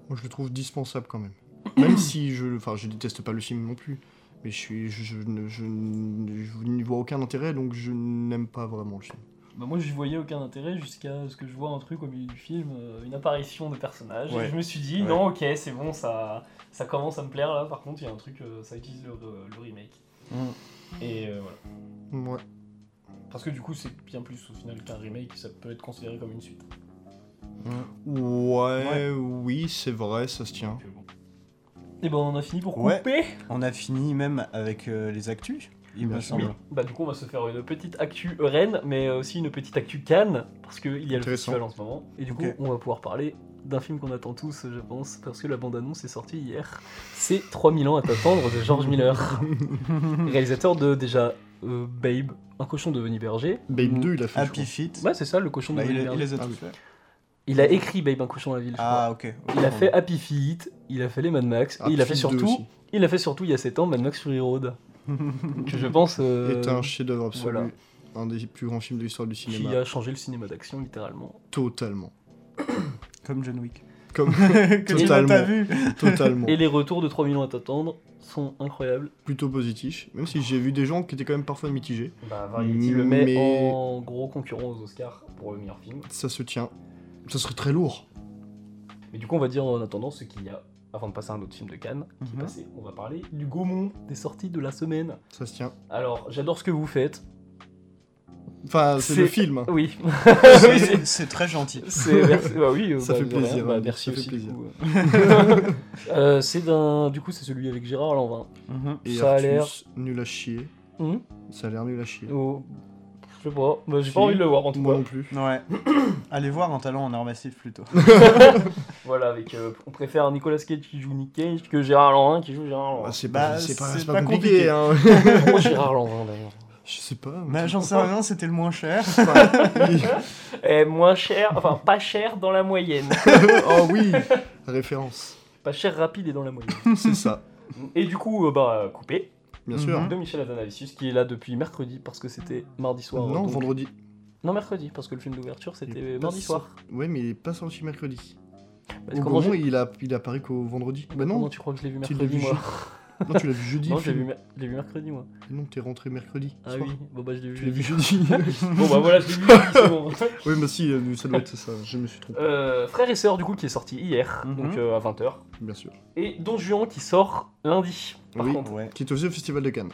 Moi, je le trouve dispensable quand même. <clears throat> Même si je, enfin, je déteste pas le film non plus, mais je suis, je, je ne- je ne- je n'y vois aucun intérêt, donc je n'aime pas vraiment le film. Bah moi j'y voyais aucun intérêt jusqu'à ce que je vois un truc au milieu du film, euh, une apparition de personnage. Ouais. Et je me suis dit Ouais. non ok c'est bon ça ça commence à me plaire là. Par contre il y a un truc euh, ça utilise le, le remake. Mm. Et euh, voilà. Ouais. Parce que du coup c'est bien plus au final qu'un remake ça peut être considéré comme une suite. Ouais, oui, c'est vrai, ça se tient. Donc, euh, bon. Et ben on a fini pour Ouais. couper. On a fini même avec euh, les actus, il Bien me sûr. semble. Bah du coup on va se faire une petite actu Rennes mais aussi une petite actu Cannes parce qu'il y a le Intéressant. festival en ce moment. Et du Ok. coup on va pouvoir parler d'un film qu'on attend tous je pense parce que la bande annonce est sortie hier. C'est 3000 ans à t'attendre de George <laughs> Miller. réalisateur de déjà euh, Babe, un cochon devenu berger. Babe 2, il a fait. je Happy Feet. Ouais c'est ça le cochon Bah, il, devenu il berger. les a Ah tous oui. fait. Il a écrit Babe, un cochon à la ville je crois. Ah, ok. Ah, Il a fait Happy Feet, il a fait les Mad Max, crois. et il a fait Happy Feet 2 surtout, aussi. il a fait surtout il y a 7 ans Mad Max <laughs> Fury Road, que je pense euh, est un chef-d'œuvre absolu, voilà. un des plus grands films de l'histoire du qui cinéma. a changé le cinéma d'action littéralement. Totalement, Comme John <laughs> Wick. <laughs> Comme- que tu n'as Totalement. pas <laughs> vu. totalement. Et les retours de 3 millions à t'attendre sont incroyables. Plutôt positif, même si j'ai vu des gens qui étaient quand même parfois mitigés. Bah, Variety le le met met Mais- en gros concurrent aux Oscars pour le meilleur film. Ça se tient. Ça serait très lourd. Mais du coup, on va dire en attendant ce qu'il y a, avant de passer à un autre film de Cannes, qui est Mhm. passé, on va parler du Gaumont, des sorties de la semaine. Ça se tient. Alors, j'adore ce que vous faites. Enfin, c'est le C'est- film. hein. Oui. <laughs> C'est- C'est très gentil. <laughs> C'est- merci- bah oui, euh, Ça bah, fait de plaisir, rien. Bah, hein, merci ça fait aussi, du plaisir. coup, euh. <laughs> Euh, c'est d'un, du coup, c'est celui avec Gérard Lanvin. Mhm. Et Ça a Artus, nul à chier. Hum Ça a l'air nul à chier. Oh, je sais pas. Bah, j'ai Si. pas envie de le voir en tout Moi cas. non plus. Ouais. Allez voir un talent en art massif <laughs> plutôt. Voilà, avec, euh, on préfère Nicolas Cage qui joue Nick Cage que Gérard Lanvin qui joue Gérard Bah, Lanvin. c'est Bah, pas, c'est pas, c'est c'est pas pas compliqué. compliqué. hein. <laughs> Pourquoi Gérard Lanvin d'ailleurs Je sais pas. Bah, J'en sais rien, c'était le moins cher. <laughs> Eh, moins cher, enfin pas cher dans la moyenne. oh oui Référence. pas cher rapide et dans la moyenne. C'est ça, Et du coup, euh, bah, coupé bien Mhm. sûr. de Michel Azanavicius qui est là depuis mercredi parce que c'était mardi soir. Non, donc- vendredi. Non, mercredi parce que le film d'ouverture Il c'était est mardi pas soir. Ouais, mais il est pas sorti mercredi. Bah, Au comment, moment, je- il, a, il apparaît qu'au vendredi. Bah comment non, tu crois que je l'ai vu tu l'as mercredi vu moi Non, tu l'as vu jeudi. Non, le je l'ai vu, film. mer- je l'ai vu mercredi, moi. Non, t'es rentré mercredi. Ah soir. oui, bon bah je l'ai Tu l'as vu. vu jeudi. <laughs> bon bah voilà, je l'ai vu, c'est bon. <laughs> oui, bah si, euh, ça doit être ça. Je me suis trompé, Euh, Frères et Sœurs, du coup, qui est sorti hier, Mhm. donc euh, à 20h. bien sûr. Et Don Juan, qui sort lundi, par Oui. contre. Ouais. Qui est aussi au Festival de Cannes.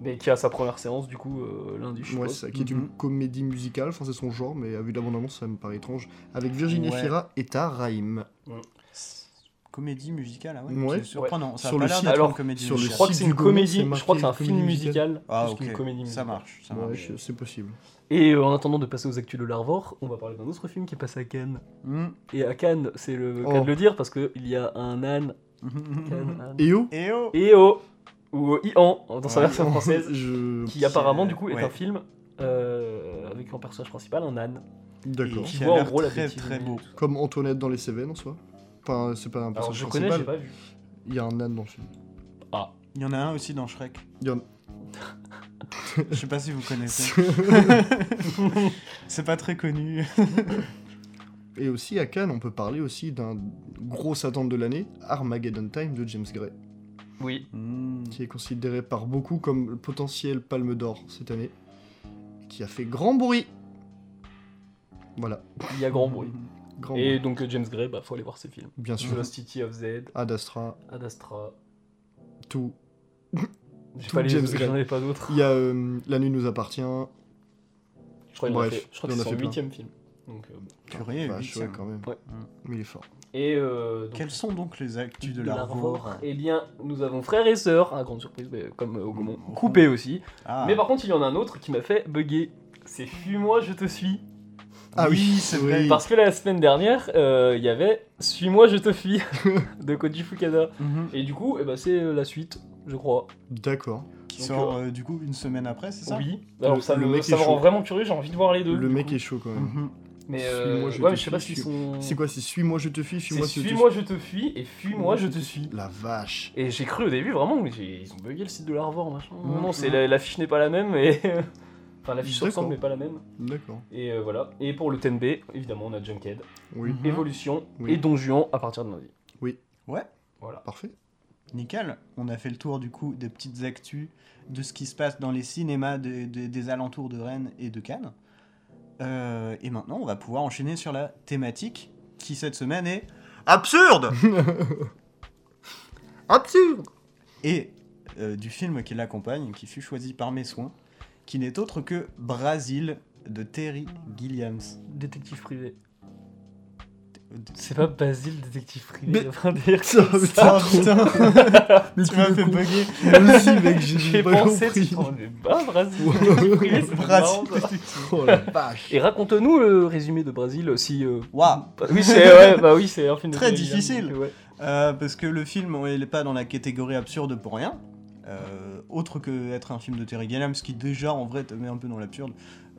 Mais qui a sa première séance, du coup, euh, lundi, je Ouais, suppose. Mhm. c'est ça, qui est une comédie musicale, enfin c'est son genre, mais à vue de la bande-annonce, ça me paraît étrange. Avec Virginie Ouais. Fira et Taraïm. Comédie musicale, ah ouais. Ouais. C'est surprenant. Ça a Sur pas le l'air site- d'être alors, une comédie sur le musicale. Je crois que Si c'est du une coup, c'est comédie, je marqué crois que c'est un comédie film musicale. musical, Ah plus ok. qu'une comédie musicale. Ça marche. Ça Ouais, marche. je- c'est possible. Et euh, en attendant de passer aux actus de Larvor, on va parler d'un autre film qui est passé à Cannes. Mhm. Et à Cannes, c'est le Oh. cas de le dire, parce qu'il y a un âne. Cannes, âne. Et oh <laughs> <laughs> Et oh. Et oh Ou euh, Ian, dans sa Ouais. <laughs> version française, Je... qui apparemment, du coup, est Ouais. un film euh, avec en personnage principal un âne. D'accord. Et- Qui Qui a voit en l'air gros la très, bêtise très humaine. beau. Comme Antoinette dans les Cévennes en soi. Enfin, c'est pas un Alors personnage je connais, j'ai principal. pas vu. Il y a un âne dans le film. Il y en a un aussi dans Shrek. Il y en- Je sais pas si vous <laughs> connaissez. c'est pas très connu. et aussi à Cannes, on peut parler aussi d'un grosse attente de l'année, Armageddon Time de James Gray, Oui. Mhm. qui est considéré par beaucoup comme le potentiel palme d'or cette année, qui a fait grand bruit. Voilà, Il y a grand bruit. grand Et bruit, donc euh, James Gray, bah faut aller voir ses films. bien The sûr. Lost City of Z, Ad Astra, Ad Astra. tout. J'ai Tout pas les James autres, Gray. j'en ai pas d'autres. Il y a euh, La Nuit nous appartient. Je crois qu'il en a Bref, fait- je crois il que en a c'est son fait plein. huitième film. Donc, euh, bon. Purée, Bah, huit, ouais, ça. quand même. Ouais. Mais il est fort. Et euh, donc, Quels sont donc les actus de de la l'Arvor Revore. Eh bien, nous avons frères et sœurs, à grande surprise, mais comme euh, au Gaumont, Mm. Mmh. coupé aussi. Ah. Mais par contre, il y en a un autre qui m'a fait bugger. C'est Suis-moi, je te suis. Ah oui, c'est oui. vrai. Parce que la semaine dernière, euh, il y avait Suis-moi, je te fuis <laughs> de Koji Fukada. Mmh. Mhm. Et du coup, eh ben, c'est euh, la suite, je crois. D'accord. Qui Donc, sort euh, du coup une semaine après, c'est ça Oui. Alors, Ah, Le- ça, le me, mec ça est me rend chaud. vraiment curieux, j'ai envie de voir les deux. Le du mec coup. est chaud quand même. Mhm. Mais, euh, Suis-moi, je ouais, te mais je sais pas fuis, s'ils sont. C'est quoi C'est suis-moi, je te fuis, C'est suis-moi, je te Suis-moi, je te fuis et fuis-moi, je te suis. La vache. Et j'ai cru au début vraiment, mais j'ai- ils ont bugué le site de l'Arvor, machin. Non, Mhm. non, c'est la- l'affiche n'est pas la même, et. <laughs> enfin, l'affiche D'accord. ressemble, mais pas la même. D'accord. Et euh, voilà. Et pour le TNB, évidemment, on a Junkhead, Oui, Mhm. Evolution Oui. et Don Juan à partir de lundi. parfait. Nickel, on a fait le tour du coup des petites actus de ce qui se passe dans les cinémas des- des- des alentours de Rennes et de Cannes. Euh, et maintenant, on va pouvoir enchaîner sur la thématique qui cette semaine est absurde Absurde <laughs> et euh, du film qui l'accompagne, qui fut choisi par mes soins, qui n'est autre que Brasil de Terry Gilliams. Détective privé. De- C'est pas Basile, détective privé. Mais- enfin, <laughs> d'ailleurs, Ça, mais Ah t'as- putain, tu tu m'as me fait con- bugger. <laughs> Moi aussi, mec, j'ai j'ai pas pensé, compris. tu <laughs> t'en es pas, <laughs> Basile. Wow. privé, c'est Brasil. marrant, ça. Oh la vache. Et raconte-nous le résumé de Brésil si. euh, Waouh, bah, oui, c'est ouais, bah oui, c'est un film de Très Terry Gilliam, difficile. donc, ouais. Euh, parce que le film, on- il est pas dans la catégorie absurde pour rien. Euh, autre que être un film de Terry Gilliam, ce qui déjà en vrai te met un peu dans l'absurde.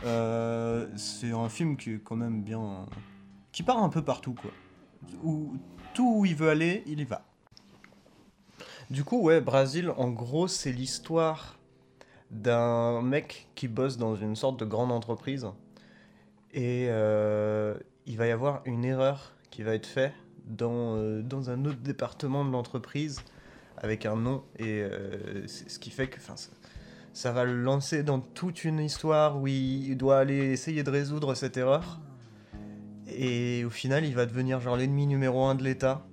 Euh, c'est un film qui est quand même bien, qui part un peu partout quoi. Où tout où il veut aller, il y va. Du coup, ouais, Brasil, en gros, c'est l'histoire d'un mec qui bosse dans une sorte de grande entreprise et euh, il va y avoir une erreur qui va être faite dans, euh, dans un autre département de l'entreprise avec un nom et euh, c'est ce qui fait que enfin, ça, ça va le lancer dans toute une histoire où il doit aller essayer de résoudre cette erreur et au final il va devenir genre l'ennemi numéro un de l'État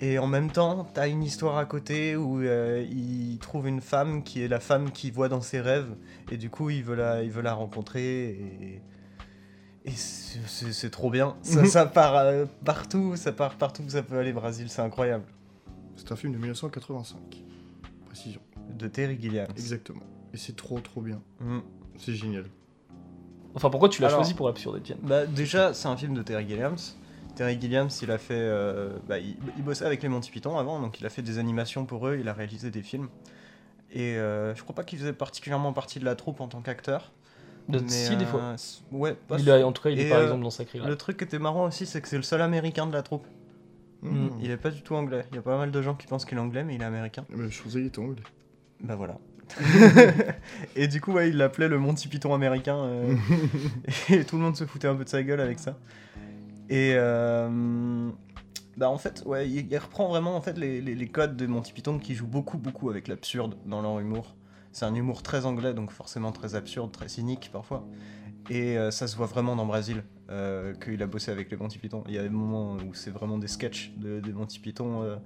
et en même temps t'as une histoire à côté où euh, il trouve une femme qui est la femme qu'il voit dans ses rêves et du coup il veut la, il veut la rencontrer et, et c'est- c'est c'est trop bien. Mhm. Ça, ça part euh, partout, ça part partout où ça peut aller, Brésil, c'est incroyable. C'est un film de 1985. Précision. De Terry Gilliam. Exactement. Et c'est trop, trop bien. Mm. C'est génial. Enfin, pourquoi tu l'as Alors- choisi pour Absurde Etienne Bah, déjà, c'est un film de Terry Gilliams. Terry Gilliams, il a fait. euh, bah, il, il bossait avec les Monty Python avant, donc il a fait des animations pour eux, il a réalisé des films. Et euh, je crois pas qu'il faisait particulièrement partie de la troupe en tant qu'acteur. mais, Si, des euh, fois. s- Ouais, pas Il a, en tout cas, il est Et, par euh, exemple dans Sacré Graal. Le truc qui était marrant aussi, c'est que c'est le seul américain de la troupe. Mm. Mmh. Il est pas du tout anglais. Il y a pas mal de gens qui pensent qu'il est anglais, mais il est américain. Mais je pensais qu'il était anglais. Bah voilà. <laughs> et du coup, ouais, il l'appelait le Monty Python américain. euh, et tout le monde se foutait un peu de sa gueule avec ça. Et, euh, Bah en fait, ouais, il, il reprend vraiment en fait les, les- les codes de Monty Python qui joue beaucoup beaucoup avec l'absurde dans leur humour. C'est un humour très anglais, donc forcément très absurde, très cynique parfois. Et euh, ça se voit vraiment dans Brésil euh, qu'il a bossé avec les Monty Python. Il y a des moments où c'est vraiment des sketchs de, des Monty Python euh,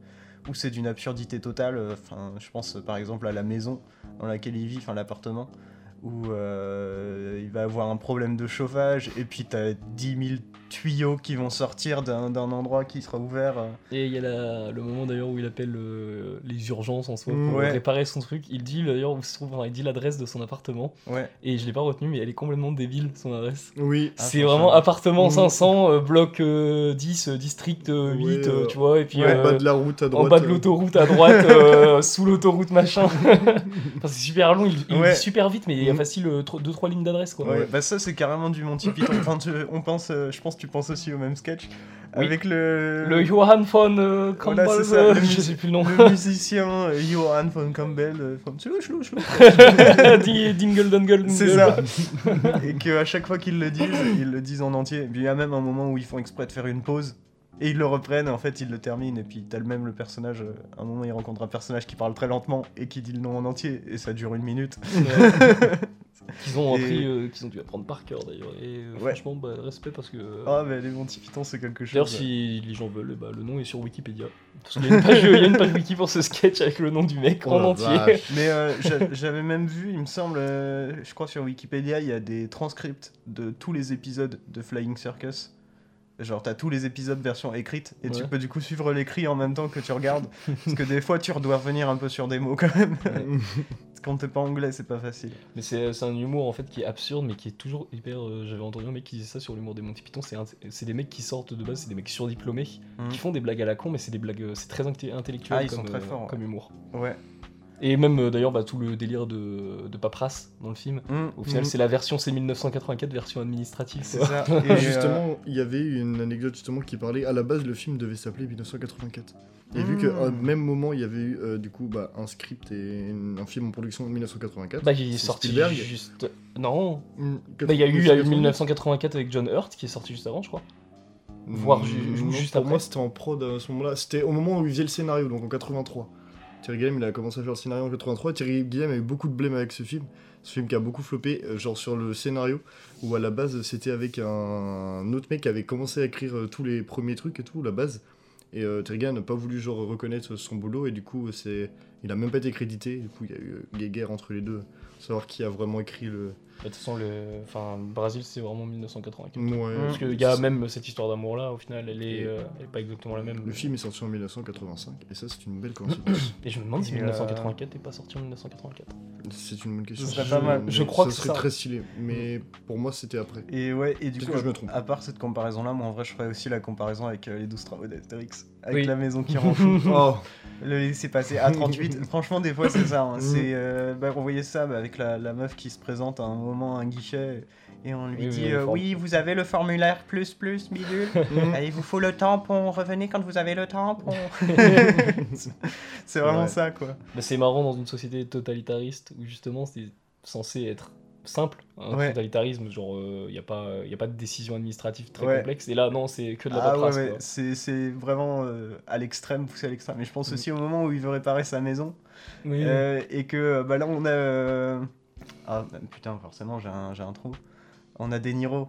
où c'est d'une absurdité totale. Enfin, je pense euh, par exemple à la maison dans laquelle il vit, enfin l'appartement où euh, il va avoir un problème de chauffage et puis t'as 10 000 tuyaux qui vont sortir d'un d'un endroit qui sera ouvert. euh. Et il y a la- le moment d'ailleurs où il appelle euh, les urgences en soi pour Mm, Ouais. réparer son truc. Il dit d'ailleurs où se trouve, enfin, il dit l'adresse de son appartement. Ouais. Et je l'ai pas retenu, mais elle est complètement débile son adresse. Oui. Ah, c'est franchement. vraiment appartement Mhm. 500, euh, bloc euh, 10, euh, district euh, Ouais, 8, euh, euh, tu vois, et puis en euh, bas de la route à droite. en bas de euh, l'autoroute <laughs> à droite, euh, sous l'autoroute machin. Enfin, c'est super long, il, il Ouais. Mm. lit super vite, mais il y a Mhm. facile euh, 2-3 lignes d'adresse quoi. Ouais, bah ça c'est carrément du Monty Python. Enfin, tu- on pense, euh, je pense que tu penses aussi au même sketch Oui. avec le Le Johan von euh, Campbell, Voilà, c'est ça, euh, le je mus- sais plus le nom, le musicien euh, Johan von Campbell, euh, from Tlouch, Tlouch, Tlouch. <laughs> Di- Dingle Dangle. Dingle. c'est ça. <laughs> et que à chaque fois qu'ils le disent, ils le disent en entier. Et puis il y a même un moment où ils font exprès de faire une pause. Et ils le reprennent, en fait ils le terminent, et puis t'as le même le personnage, euh, à un moment il rencontre un personnage qui parle très lentement et qui dit le nom en entier, et ça dure une minute. Euh. <laughs> qu'ils ont Et- appris, euh, qu'ils ont dû apprendre par cœur d'ailleurs. Et euh, Ouais. franchement, bah, respect parce que. euh, Ah mais les Monty Python c'est quelque chose. D'ailleurs, si les gens veulent, bah, le nom est sur Wikipédia. Parce qu'il y a une page, il y a une page wiki pour ce sketch avec le nom du mec oh en la entier. vache. Mais euh, j'a- j'avais même vu, il me semble, euh, je crois sur Wikipédia, il y a des transcripts de tous les épisodes de Flying Circus. Genre, t'as tous les épisodes version écrite, et tu Ouais. peux du coup suivre l'écrit en même temps que tu <laughs> regardes. parce que des fois, tu dois revenir un peu sur des mots quand même. <laughs> euh. <laughs> Ouais. quand t'es pas anglais, c'est pas facile. Mais c'est euh, c'est un humour en fait qui est absurde, mais qui est toujours hyper. euh, J'avais entendu un mec qui disait ça sur l'humour des Monty Python. C'est un- C'est des mecs qui sortent de base, c'est des mecs surdiplômés Mhm. qui font des blagues à la con, mais c'est des blagues. euh, C'est très inte- intellectuel Ah, ils comme, sont très euh, forts, ouais. comme humour. Ouais. Et même euh, d'ailleurs, bah, tout le délire de, de paperasse dans le film. Mm, Au final, mm, c'est la version C1984, version administrative. c'est quoi. <laughs> ça. Et Et euh, justement, il y avait une anecdote justement qui parlait. À la base, le film devait s'appeler 1984. Et vu qu'au Hmm. Mm. même moment, il y avait eu euh, du coup bah, un script et une- un film en production de 1984. Bah, il est C'est sorti Spielberg. juste. Non, Mm, Bah, il y a eu, il y a eu 1984. 1984 avec John Hurt qui est sorti juste avant, je crois. voire ju- Mm, ju- non, juste pour après. moi, c'était en prod euh, à ce moment-là. C'était au moment où il faisait le scénario, donc en 83. Thierry Guillem, il a commencé à faire le scénario en 83. Thierry Guillem a eu beaucoup de blême avec ce film. Ce film qui a beaucoup floppé, euh, genre sur le scénario, où à la base, c'était avec un... un autre mec qui avait commencé à écrire euh, tous les premiers trucs et tout, la base. Et euh, Thierry Guillem n'a pas voulu genre reconnaître son boulot, et du coup, euh, c'est... il a même pas été crédité. Du coup, il y a eu euh, des guerres entre les deux. Savoir qui a vraiment écrit le. Bah, De toute façon, le, enfin, le Brésil, c'est vraiment 1984. Ouais. Parce qu'il y a même cette histoire d'amour-là, au final, elle est, Et- euh, elle est pas exactement la même. Le film est sorti en 1985, et ça, c'est une belle coïncidence. Et je me demande si Et, euh, 1984 n'est pas sorti en 1984. C'est une bonne question. serait pas mal. mais Je crois ça que serait ça- très stylé, mais pour moi c'était <laughs> après. Et ouais, et du Peut-être coup, que je me à- trompe. à part cette comparaison-là, moi en vrai, je ferais aussi la comparaison avec euh, les 12 travaux d'Astérix, avec Oui. la maison <laughs> qui rend fou. Le laisser passer à <laughs> 38. Franchement, des fois, c'est ça. hein. Mm. C'est, euh, bah, on voyait ça bah, avec la, la meuf qui se présente à un moment à un guichet et on lui Oui, dit oui, euh, le oui, form- vous avez le formulaire plus plus <laughs> bidule. Mm. Mhm. Euh, Il vous faut le tampon. Revenez quand vous avez le <laughs> tampon. <laughs> c'est vraiment Ouais. ça, quoi. Bah, c'est marrant dans une société totalitariste où justement c'est censé être simple, un Ouais. totalitarisme, genre il n'y a, pas- y a pas de décision administrative très Ouais. complexe. Et là, non, c'est que de la Ah ouais, paperasse. mais quoi. c'est, c'est vraiment euh, à l'extrême, poussé à l'extrême. Mais je Mm. pense aussi au moment où il veut réparer sa maison Oui. euh, et que euh, bah, là, on a. euh, Ah bah, putain, forcément, j'ai un, j'ai un trou. On a De Niro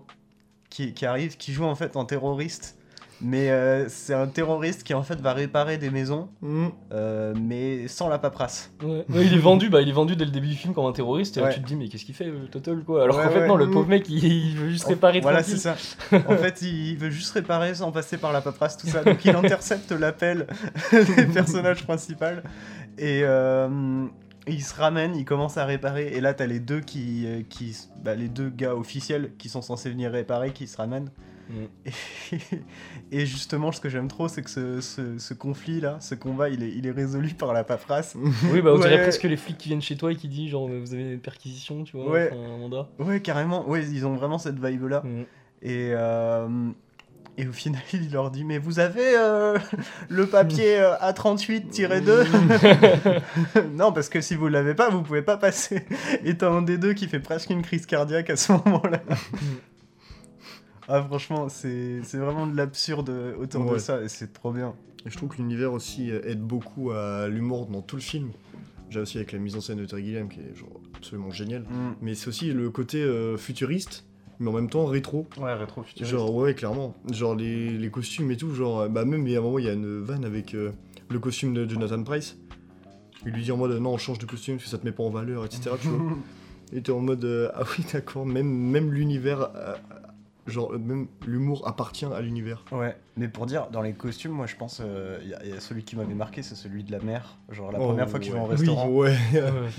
qui, qui arrive, qui joue en fait en terroriste. Mais euh, c'est un terroriste qui en fait va réparer des maisons, Mm. euh, mais sans la paperasse. Ouais. Ouais, il est vendu, bah il est vendu dès le début du film comme un terroriste. Et là, Ouais. tu te dis mais qu'est-ce qu'il fait, le Total quoi Alors Ouais, qu'en fait ouais. Hmm. Oh, non, le pauvre mec il, il veut juste réparer. Voilà, tranquille. c'est ça. En fait, il veut juste réparer sans passer par la paperasse, tout ça. Donc <laughs> il intercepte l'appel <laughs> des personnages principaux et euh, il se ramène, il commence à réparer. Et là, t'as les deux qui, euh, qui, s- bah, les deux gars officiels qui sont censés venir réparer, qui se ramènent. Mm. Et, <laughs> et justement, ce que j'aime trop, c'est que ce, ce- ce conflit-là, ce combat, il est, il est résolu par la paperasse. Oui, bah on dirait Ouais. presque les flics qui viennent chez toi et qui disent genre vous avez une perquisition, tu vois, Ouais. Hmm. enfin, un mandat. Ouais, carrément. Ouais, ils ont vraiment cette vibe-là. Et, euh, et au final, <laughs> il leur dit Mais vous avez euh, <laughs> le papier euh, <laughs> A38-2 Non, parce que si vous l'avez pas, vous pouvez pas <laughs> passer. Et t'as un des deux qui fait presque une crise cardiaque à ce moment-là. Ah, franchement, c'est c'est vraiment de l'absurde autour de Ouais. ça, et c'est trop bien. Et je trouve que l'univers aussi euh, aide beaucoup à l'humour dans tout le film. Déjà aussi avec la mise en scène de Terry Gilliam qui est genre absolument géniale. Mm. Mais c'est aussi le côté euh, futuriste, mais en même temps rétro. Ouais, rétro futuriste. Genre ouais clairement, genre les, les costumes et tout, genre euh, bah même il y a un moment il y a une vanne avec euh, le costume de Jonathan Price. Il lui dit en mode non on change de costume parce que ça te met pas en valeur etc tu vois. Et t'es en mode euh, ah oui d'accord même même l'univers euh, genre euh, même l'humour appartient à l'univers. Ouais, mais pour dire, dans les costumes, moi je pense, il y, a- y a celui qui m'avait marqué, c'est celui de la mer. Genre la Oh, première fois que tu ouais. vas au restaurant. <laughs> Oui, ouais.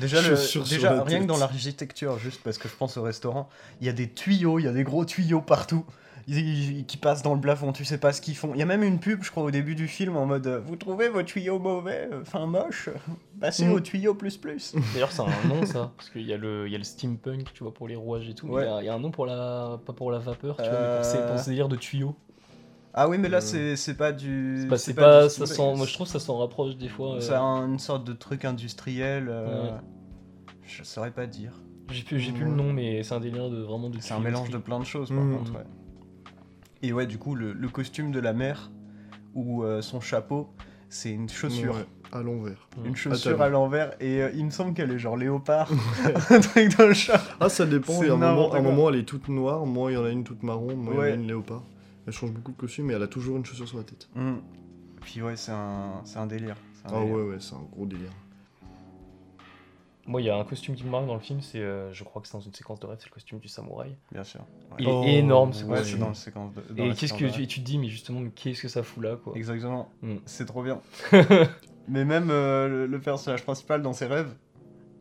Déjà, le- Chaussures sur déjà la rien que tête. dans l'architecture, juste parce que je pense au restaurant, il y a des tuyaux, il y a des gros tuyaux partout ils- ils- qui passent dans le plafond, tu sais pas ce qu'ils font. Il y a même une pub, je crois, au début du film en mode euh, Vous trouvez vos tuyaux mauvais, euh, enfin moches, passez Mm. aux tuyaux plus plus. <laughs> D'ailleurs, c'est un nom ça, parce qu'il y, a le- il y a le steampunk, tu vois, pour les rouages et tout. mais Ouais. Il y a- il y, a un nom pour la. pas pour la vapeur, tu vois, mais Euh, pour ces, pour ces délires de tuyaux. Ah oui, mais là Euh. c'est c'est pas du. Bah, c'est pas pas. du ça steampunk. s'en- moi, je trouve que ça s'en rapproche des fois. euh, Ça a un- une sorte de truc industriel. euh, Je saurais pas dire. J'ai plus, j'ai plus le nom, mais c'est un délire de vraiment de. C'est un tuyaux, mélange de trucs. plein de choses, par Mm. contre, ouais. Et ouais, du coup, le, le costume de la mère, ou euh, son chapeau, c'est une chaussure. Ouais, Mm. à l'envers. Ouais. Une chaussure Attends. à l'envers, et euh, il me semble qu'elle est genre <laughs> léopard, <laughs> un truc dans le chat. Ah, ça dépend. C'est Il y a un moment, n'importe un quoi. moment, elle est toute noire. Moi, il y en a une toute marron. Moi, il y en Ouais. a une léopard. Elle change beaucoup de costume, mais elle a toujours une chaussure sur la tête. Mm. Puis ouais, c'est un, c'est un délire. c'est un Ah délire. ouais, ouais, c'est un gros délire. Moi, il y a un costume qui me marque dans le film, c'est. euh, je crois que c'est dans une séquence de rêve, c'est le costume du samouraï. Bien sûr. Il Ouais, Oh, est énorme ce Ouais, ouais. c'est costume. dans la séquence de. dans et la qu'est-ce séquence que de- tu, tu te dis, mais justement, mais qu'est-ce que ça fout là, quoi Exactement, Mm. c'est trop bien. Mais même euh, le, le personnage principal dans ses rêves,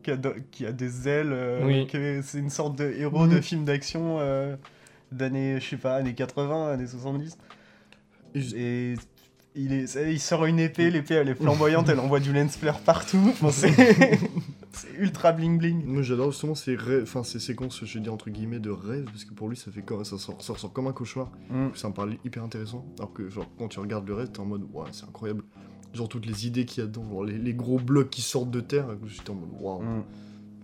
qui a, de- qui a des ailes, euh, Oui. qui est- c'est une sorte de héros de film d'action euh, d'années, je sais pas, années 80, années 70. Et je- Et il, est, ça y est, il sort une épée, l'épée elle est flamboyante, elle envoie du lens flare partout. Enfin, c'est <laughs> c'est ultra bling bling. Moi, j'adore justement ces, rêves- enfin, ces séquences, je dis entre guillemets, de rêve, parce que pour lui, ça fait comme... ça, sort, ça ressort comme un cauchemar. Mm. Ça me paraît hyper intéressant. Alors que, genre, quand tu regardes le rêve, t'es en mode, ouais, c'est incroyable. Genre, toutes les idées qu'il y a dedans, genre, les, les gros blocs qui sortent de terre. et J'étais en mode, waouh, Mm.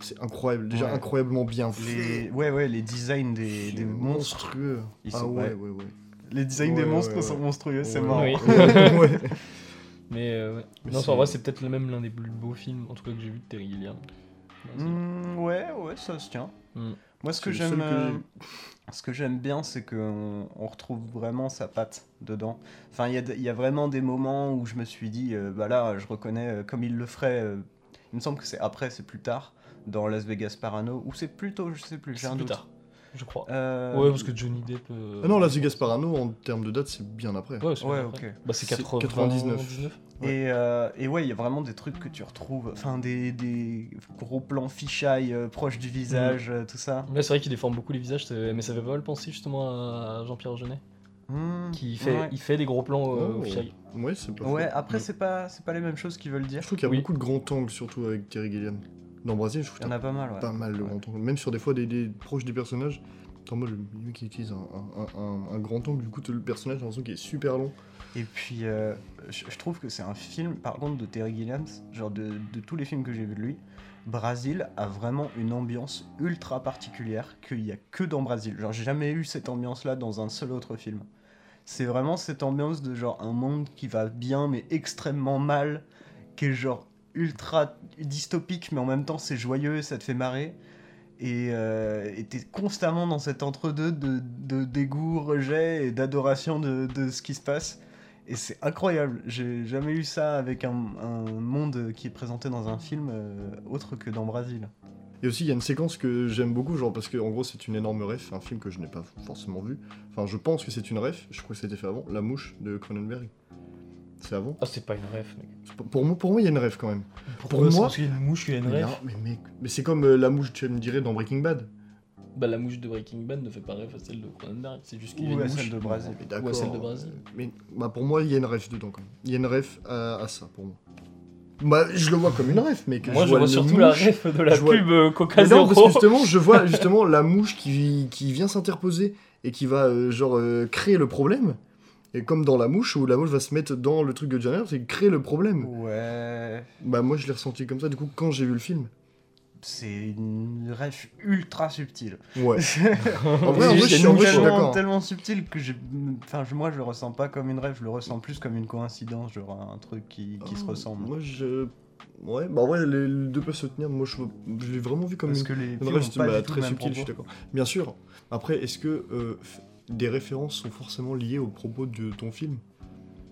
c'est incroyable. Déjà, Ouais. incroyablement bien fait. Les, ouais, ouais, les designs des, C'est des monstres. monstrueux. Ils ah sont- ouais. ouais, ouais, ouais. Les designs des Ouais, monstres ouais, sont ouais. monstrueux, c'est Ouais. marrant. Oui. <laughs> <laughs> ouais. Mais, euh, ouais. Mais non, c'est- en vrai, c'est peut-être le même l'un des plus beaux films, en tout cas, que j'ai vu de Terry Gilliam. Hmm, ouais, ouais, ça se tient. Hmm. Moi, ce que C'est le j'aime, seul que euh, ce que j'aime bien, c'est qu'on on retrouve vraiment sa patte dedans. Enfin, il y a d- il y, a vraiment des moments où je me suis dit, euh, bah là, je reconnais euh, comme il le ferait. euh, il me semble que c'est après, c'est plus tard, dans Las Vegas Parano, ou c'est plus tôt, je sais plus, j'ai C'est un plus doute. tard, je crois. Euh, Ouais, parce que Johnny Depp. euh, Ah non, Las Vegas Parano, en termes de date, c'est bien après. Ouais, c'est Ouais, bien ok. après. Bah, c'est C'est 80... 99. 99. Et, euh, et ouais, il y a vraiment des trucs que tu retrouves, enfin des, des gros plans fichailles euh, proches du visage, Mmh. euh, tout ça. Là, c'est vrai qu'il déforme beaucoup les visages, c'est- mais ça fait pas mal penser justement à Jean-Pierre Jeunet, Hmm, qui fait, ouais. il fait des gros plans euh, Oh. au fiac. Ouais, c'est pas Ouais, faux. après Mm. c'est pas c'est pas les mêmes choses qu'ils veulent dire. Je trouve qu'il y a Oui. beaucoup de grands angles, surtout avec Terry Gilliam. Dans Brazil, je trouve Il y en qu'il y a pas mal, ouais. a pas mal de ouais. grands angles. Même sur des fois des, des proches des personnages. En mode, le mec qui utilise un, un- un- un grand angle, du coup, le personnage, j'ai l'impression qu'il est super long. Et puis, euh, je je trouve que c'est un film, par contre, de Terry Gilliams, genre de, de tous les films que j'ai vus de lui, Brasil a vraiment une ambiance ultra particulière qu'il n'y a que dans Brasil. Genre, j'ai jamais eu cette ambiance-là dans un seul autre film. C'est vraiment cette ambiance de genre un monde qui va bien mais extrêmement mal, qui est genre ultra dystopique mais en même temps c'est joyeux, ça te fait marrer. Et euh, et t'es constamment dans cet entre-deux de, de dégoût, rejet et d'adoration de, de ce qui se passe. Et c'est incroyable, j'ai jamais eu ça avec un, un monde qui est présenté dans un film euh, autre que dans Brasil. Et aussi, il y a une séquence que j'aime beaucoup, genre parce que en gros, c'est une énorme ref, un film que je n'ai pas forcément vu. Enfin, je pense que c'est une ref, je crois que c'était fait avant, La Mouche de Cronenberg. C'est avant Ah, c'est pas une ref, mec. C'est pas- Pour moi, pour moi, il y a une ref quand même. Pourquoi moi- C'est parce qu'il y a une mouche qu'il y a une Mais, ref. mais mec, mais c'est comme euh, La Mouche, tu me dirais, dans Breaking Bad. Bah, la mouche de Breaking Bad ne fait pas ref à celle de Cronenberg, c'est juste qu'il y a Ou une à mouche. celle de Brasil. Mais Ou à d'accord. celle de Brésil. euh, Mais bah, pour moi, il y a une ref dedans quand même. Il y a une ref à, à ça pour moi. Bah, je le vois comme une ref, mais que Moi, je je vois, vois le surtout la mouche- ref de la je vois- pub euh, Mais Coca non, parce que Zero. justement, je vois justement la mouche qui, qui vient s'interposer et qui va euh, genre euh, créer le problème. Et comme dans la mouche, où la mouche va se mettre dans le truc de Hmm. Jenner, c'est créer le problème. Ouais. Bah moi je l'ai ressenti comme ça, du coup quand j'ai vu le film, c'est une ref ultra subtile. <laughs> Ouais. En vrai, en C'est vrai, je suis- en vrai, je suis tellement, d'accord. tellement subtil que j'ai- enfin, je- moi je le ressens pas comme une rêve, je le ressens plus comme une coïncidence, genre un truc qui, qui se Oh, ressemble. Moi, je. Ouais, bah ouais, les, les deux peuvent se tenir. Moi, je, je l'ai vraiment vu comme Parce une. que les une films ref- ont pas bah, du tout très le même subtile, je suis propos. d'accord. Bien sûr. Après, est-ce que euh, f- des références sont forcément liées au propos de ton film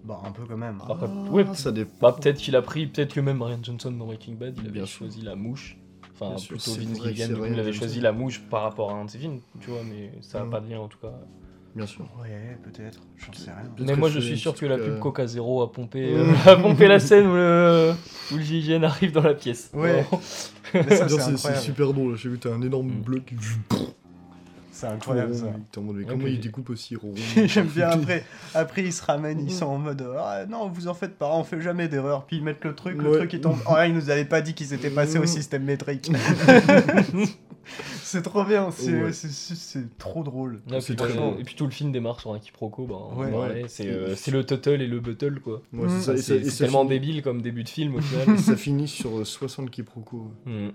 Bah un peu quand même. Ah, Après, ouais. ça dépend. Bah, peut-être qu'il a pris, peut-être que même Ryan Johnson dans Breaking Bad, il avait Bien sûr. choisi la mouche. Enfin, Bien sûr, plutôt c'est Vince vrai que c'est Gilligan, du coup, Ryan il avait Johnson. choisi la mouche par rapport à un de ses films, tu vois, mais ça n'a Mm. pas de lien en tout cas. Bien sûr. Ouais, peut-être, j'en sais <laughs> rien. Peut-être mais que moi, je c'est suis un sûr petit que la truc, pub euh, Coca Zero a pompé, euh, <laughs> a pompé la scène où le, où le Gilligan arrive dans la pièce. Ouais. <laughs> Vraiment. Mais ça, c'est D'ailleurs, c'est- C'est incroyable. super drôle. J'ai vu, t'as un énorme Mm. bloc. qui- C'est Tout rond, incroyable ça. mec. T'es en mode, mais Ouais, comment puis- il découpe aussi <laughs> rond <laughs> Mm. J'aime bien <laughs> après, après ils se ramènent, ils sont en mode ah, non vous en faites pas, on fait jamais d'erreur, puis ils mettent le truc, le Ouais. truc il tombe. Oh là ils nous avaient pas dit qu'ils s'étaient passés <laughs> au Mm. système métrique. c'est trop bien, c'est Ouais. c'est- c'est- c'est trop drôle. Ouais, C'est puis, très bah, drôle. et puis tout le film démarre sur un quiproquo. Ben, Ouais. en vrai, Ouais. C'est euh, c'est le tuttle et le buttle, quoi. Ouais, c'est Mm. ça, et ça- C'est et c'est ça tellement finit- débile comme début de film <laughs> au final. Ça finit sur euh, 60 quiproquos. Mm.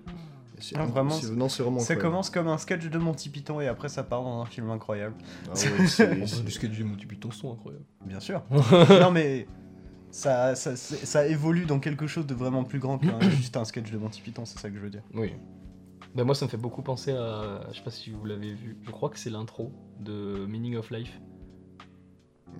C'est- Ah, vraiment, c'est- Non, c'est vraiment. Ça incroyable. commence comme un sketch de Monty Python et après ça part dans un film incroyable. Ah ouais, <laughs> c'est- Les c'est- sketchs du Monty Python sont incroyables. Bien <laughs> sûr. non mais ça, ça, c'est- ça évolue dans quelque chose de vraiment plus grand qu'un juste un sketch de Monty Python, c'est ça que je veux dire. Oui. Ben moi, ça me fait beaucoup penser à. Je sais pas si vous l'avez vu. Je crois que c'est l'intro de Meaning of Life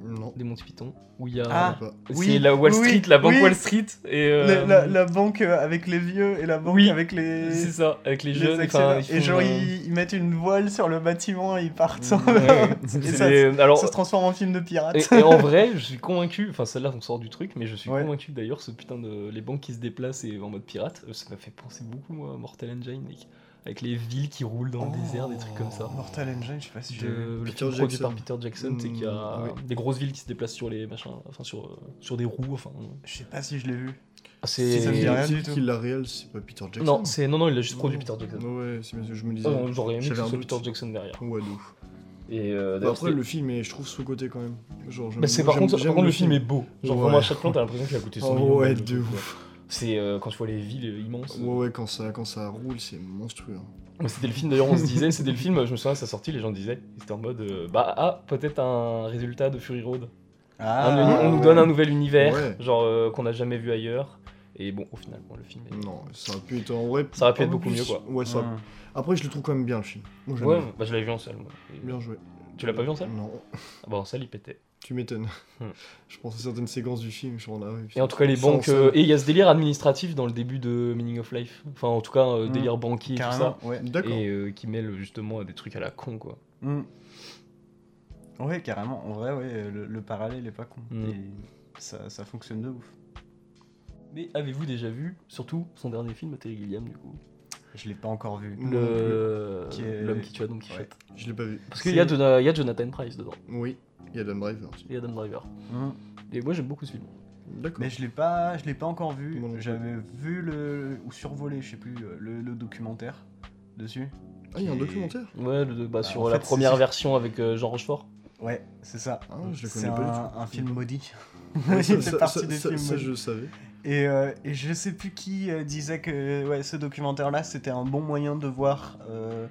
Non. des Monty Python. Où il y a. Ah, pas. c'est oui, la Wall oui, Street, la banque oui. Wall Street. Et, euh, La, la- la banque euh, avec les vieux et la banque Oui, avec les... C'est ça, avec les les jeunes. enfin, actionnaires. ils et font, genre, euh, ils, ils mettent une voile sur le bâtiment et ils partent. sans- ouais. <laughs> et c'est ça, des- alors, ça se transforme en film de pirate. <laughs> Et, et en vrai, je suis convaincu, enfin celle-là on sort du truc, mais je suis Ouais. convaincu que d'ailleurs ce putain de. Les banques qui se déplacent et en mode pirate, euh, ça m'a fait penser beaucoup moi à Mortal Engine, mec. Avec les villes qui roulent dans le désert, des trucs comme ça. Oh, Mortal Engine, je sais pas si j'ai vu. De, le Peter film produit Jackson. par Peter Jackson, c'est qu'il y a Mm, des grosses villes qui se déplacent sur les machins, enfin sur, euh, sur des roues, enfin. Je sais pas si je l'ai vu. Ah, Si ça me dit c'est. rien C'est du tout. qui la réelle, c'est pas Peter Jackson. Non, c'est non non, il a juste produit Non. Peter Jackson. Ouais, c'est bien ce que je me disais. Ah non, J'aurais aimé que J'avais ce un soit doute. Peter Jackson derrière. Ouais, de ouf. Et euh, Bah d'ailleurs, après, c'était- le film est, je trouve, sous-côté quand même. Genre, j'aime- Bah, c'est moi, par j'aime- contre, par j'aime contre, le film est beau. Genre vraiment à Ouais. chaque plan, t'as l'impression qu'il a coûté 100 millions. Oh, ouais, le de truc, quoi. ouf. C'est euh, quand tu vois les villes euh, immenses. Ouais, ouais, quand ça, quand ça roule, c'est monstrueux. hein. Ouais, C'était le film d'ailleurs, on se disait, c'était le film, je me souviens à sa sortie, les gens disaient, ils étaient en mode, euh, bah ah, peut-être un résultat de Fury Road. Ah, Un- on Ah, nous donne un nouvel univers, Ouais. genre euh, qu'on n'a jamais vu ailleurs. Et bon, au final, bon, le film est... Non, ça aurait pu être en vrai. Ça aurait pu un être peu beaucoup plus- mieux, quoi. Ouais, ça. Mm. Après, je le trouve quand même bien, le film. Moi, j'aime Ouais, bien. bah je l'avais vu en salle. moi. Et- Bien Mm. joué. Tu l'as pas vu en salle Non, Ah bah en salle, il pétait. tu m'étonnes. Hmm. <laughs> Je pense à certaines séquences du film, je suis en ah ouais, Et putain. en tout cas, les Ça, en banques... salle. euh, et il y a ce délire administratif dans le début de Meaning of Life. Enfin, en tout cas, euh, Mm. délire banquier et tout ça. Carrément, ouais. D'accord. Et euh, qui mêle justement à des trucs à la con, quoi. Mm. Ouais, carrément. En vrai, ouais, le, le parallèle est pas con. Mm. Et ça, ça fonctionne de ouf. Mais avez-vous déjà vu, surtout, son dernier film, Terry Gilliam, du coup Je l'ai pas encore vu. Mm. Non Le- euh, Qui est- L'homme qui tue Adam qui Ouais. fait. Je l'ai pas vu. Parce qu'il y, a Jona- il y a Jonathan Price dedans, Oui, il y a hein, Dan Driver. et Adam Driver. Mm. Et moi j'aime beaucoup ce film. D'accord. Mais je l'ai pas, je l'ai pas encore vu. Moi non plus. J'avais vu le ou survolé, je sais plus, euh, le, le documentaire dessus. Ah, il y a un Et- documentaire Ouais, le- bah, sur en la fait, c'est- première c'est- version avec euh, Jean Rochefort. Ouais, c'est ça. Ah, je le C'est connais un, pas du tout. un film <laughs> maudit. Ouais, Il ça, fait ça- partie ça- des ça- films ça, maudits. je le savais. Et, euh, et je sais plus qui euh, disait que ouais, ce documentaire-là, c'était un bon moyen de voir euh,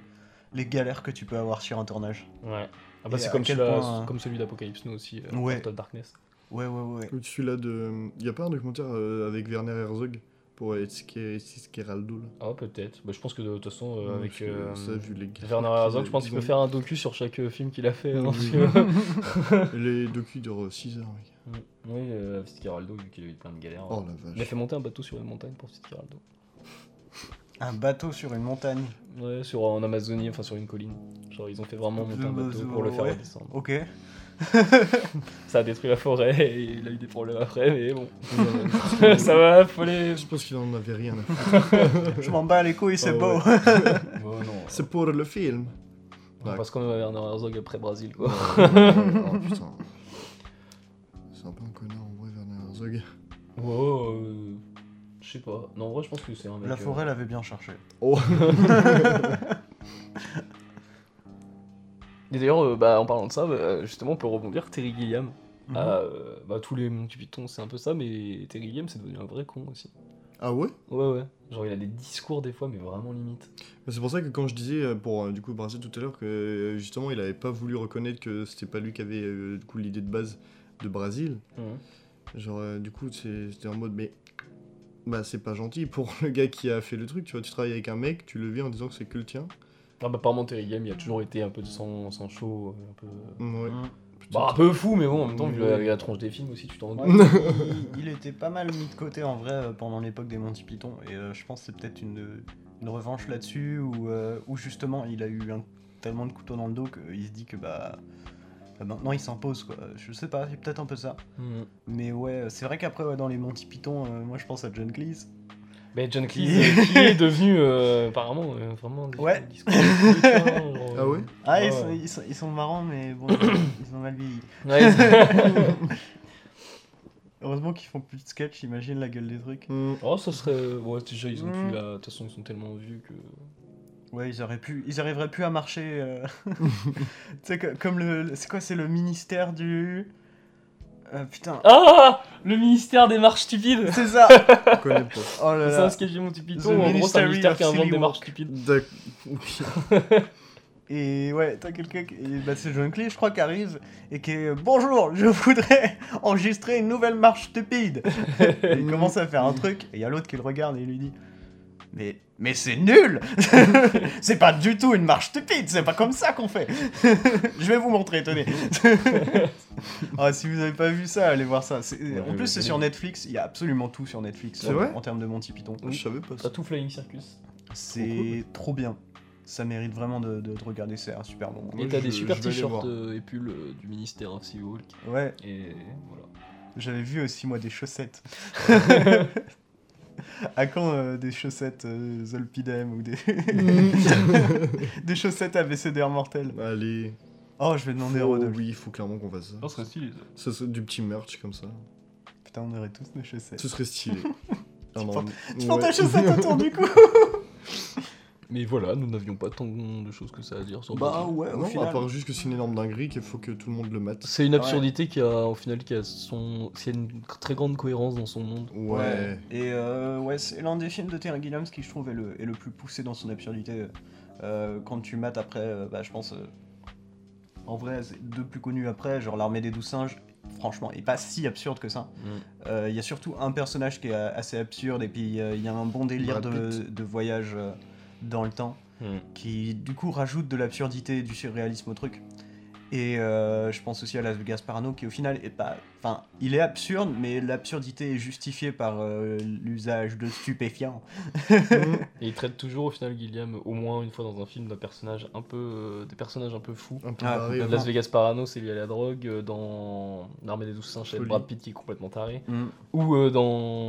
les galères que tu peux avoir sur un tournage. Ouais. Ah bah Et c'est à comme, quel celui-là- point, hein. comme celui d'Apocalypse Now aussi, euh, Ouais. Out of Darkness. Ouais, ouais, ouais. Ou Celui-là de. Il y a pas un documentaire euh, avec Werner Herzog pour Esqueraldo <laughs> là Ah peut-être. Bah, je pense que de toute façon euh, Ouais, avec parce que euh, ça, vu les gars, Werner qu'ils- Herzog, je pense qu'ils qu'il peut ont- faire un docu sur chaque euh, film qu'il a fait. hein, Oui. parce que- Les docus durent 6 heures, mec. Mm. <laughs> oui, euh, Fitzcarraldo vu qu'il a eu plein de galères. Oh hein. la Il a vache. fait monter un bateau sur une montagne pour Fitzcarraldo. Un bateau sur une montagne. Ouais, sur euh, en Amazonie, enfin sur une colline. Genre ils ont fait vraiment monter un bateau pour le faire Ouais. redescendre. Ok. Ça a détruit la forêt <laughs> et il a eu des problèmes après, mais bon. Ouais, <laughs> ça va, faut <laughs> les. Je pense qu'il en avait rien à faire. Je m'en bats les couilles, c'est Ah beau. <laughs> Bon, non. C'est pour le film. On passe quand même à Werner Herzog après Brésil, Ouais, quoi. ouais, oh putain. C'est un peu un connard en vrai, Werner Herzog. Wow, euh, je sais pas. Non, en vrai, je pense que c'est un mec. La euh, forêt l'avait bien cherché. Oh Et d'ailleurs, euh, bah, en parlant de ça, bah, justement, on peut rebondir. Terry Gilliam. Mhm. Ah, euh, bah, tous les Monty Python, c'est un peu ça, mais Terry Gilliam, c'est devenu un vrai con aussi. Ah ouais Ouais, ouais. Genre, il a des discours des fois, mais vraiment limite. Mais C'est pour ça que quand je disais euh, pour euh, du coup Brassé tout à l'heure que euh, justement il avait pas voulu reconnaître que c'était pas lui qui avait euh, du coup l'idée de base de Brésil, Mhm. genre euh, du coup c'est- c'était en mode mais bah c'est pas gentil pour le gars qui a fait le truc, tu vois, tu travailles avec un mec, tu le vis en disant que c'est que le tien. Ah, bah, apparemment, Terry il a toujours été un peu de sang, sang chaud, euh, un peu. Ouais. Mm. Bah, un peu fou, mais bon, en même temps, vu Ouais. la, avec la tronche des films aussi, tu t'en rends Ouais, compte. il, il était pas mal mis de côté en vrai euh, pendant l'époque des Monty Python et euh, je pense que c'est peut-être une, une revanche là-dessus où, euh, où justement il a eu un- tellement de couteaux dans le dos qu'il se dit que bah bah, maintenant il s'impose quoi. Je sais pas, c'est peut-être un peu ça. Mhm. Mais ouais, euh, c'est vrai qu'après ouais, dans les Monty Python, euh, moi je pense à John Cleese. Mais <laughs> John Cleese, euh, qui est devenu euh, apparemment euh, vraiment. des- Ouais. des discours de fou, tu vois, genre, Ah ouais Ah Ouais, ils, sont, ouais. ils sont- ils sont marrants mais bon ils- ils ont mal vieilli. euh. Ouais, c'est- <laughs> <laughs> Heureusement qu'ils font plus de sketch, imagine la gueule des trucs. Mm. oh, ça serait. Ouais, déjà, ils ont Mhm. plus la. De toute façon, ils sont tellement vieux que. Ouais, ils auraient pu, ils arriveraient plus à marcher. <laughs> euh. tu sais que- comme le, c'est quoi, c'est le ministère du. Euh, putain. Oh. Ah Le ministère des marches stupides C'est ça. <laughs> Je connais pas. Oh là C'est un là. sketch du Monty The Python, en gros, c'est un Ministry ministère of qui invente Silly des Walk. marches stupides. D'ac- Oui. <laughs> Et ouais, t'as quelqu'un qui, et bah c'est John Cleese, je crois, qui arrive et qui est bonjour, je voudrais enregistrer une nouvelle marche <laughs> stupide. et il commence à faire un truc et il y a l'autre qui le regarde et il lui dit. Mais, mais c'est nul <laughs> C'est pas du tout une marche stupide, c'est pas comme ça qu'on fait <laughs> Je vais vous montrer, <laughs> tenez Ah, si vous avez pas vu ça, allez voir ça. C'est- Ouais, en ouais, plus, c'est ouais. sur Netflix, il y a absolument tout sur Netflix C'est en, vrai en termes de Monty Python. Je savais pas ça. T'as tout Flying Circus. C'est trop bien. Ça mérite vraiment de, de- de regarder, c'est un super bon. Ouais, et t'as je- des super je vais aller t-shirts voir. euh, et pulls euh, du ministère of Sea Walk. Ouais, Et voilà. j'avais vu aussi moi des <laughs> chaussettes. à quand euh, des chaussettes euh, Zolpidem ou des... <laughs> des chaussettes ABCDR mortel Mm. Allez. Oh, je vais demander à faut- Rodolphe. oui, il faut clairement qu'on fasse ça. Non, ce serait stylé ça. Ça, c'est du petit merch comme ça. Putain, on aurait tous nos chaussettes. Ce <laughs> serait stylé. Ah non, portes- mais- Tu prends ta ouais. chaussette autour du cou Mais voilà, nous n'avions pas tant de choses que ça à dire sur le Bah film. ouais, au Non, à final. part juste que c'est une énorme dinguerie qu'il faut que tout le monde le mate. C'est une absurdité qui a, au final, qui a son, qui a une très grande cohérence dans son monde. Ouais. Et euh, ouais, c'est l'un des films de Terry Gilliams qui, je trouve, est le, est le plus poussé dans son absurdité. Euh, quand tu mates après, euh, bah, je pense. euh, en vrai, c'est deux plus connus après, genre L'Armée des Douze Singes, franchement, est pas si absurde que ça. Mm. Euh, Il y a surtout un personnage qui est euh, assez absurde, et puis euh, il y a un bon délire Brad de, de voyage euh, dans le temps qui du coup rajoute de l'absurdité et du surréalisme au truc. Et euh, je pense aussi à Las Vegas Parano qui au final est pas... Enfin, il est absurde, mais l'absurdité est justifiée par euh, l'usage de stupéfiants. Mm. Et il traite toujours au final Guillaume au moins une fois dans un film d'un personnage un peu euh, des personnages un peu fous. Un peu Ah, barré, complètement. Las Vegas Parano, c'est lié à la drogue. euh, Dans L'Armée des Douze Singes, c'est Folie. Brad Pitt qui est complètement taré. Mm. Ou euh,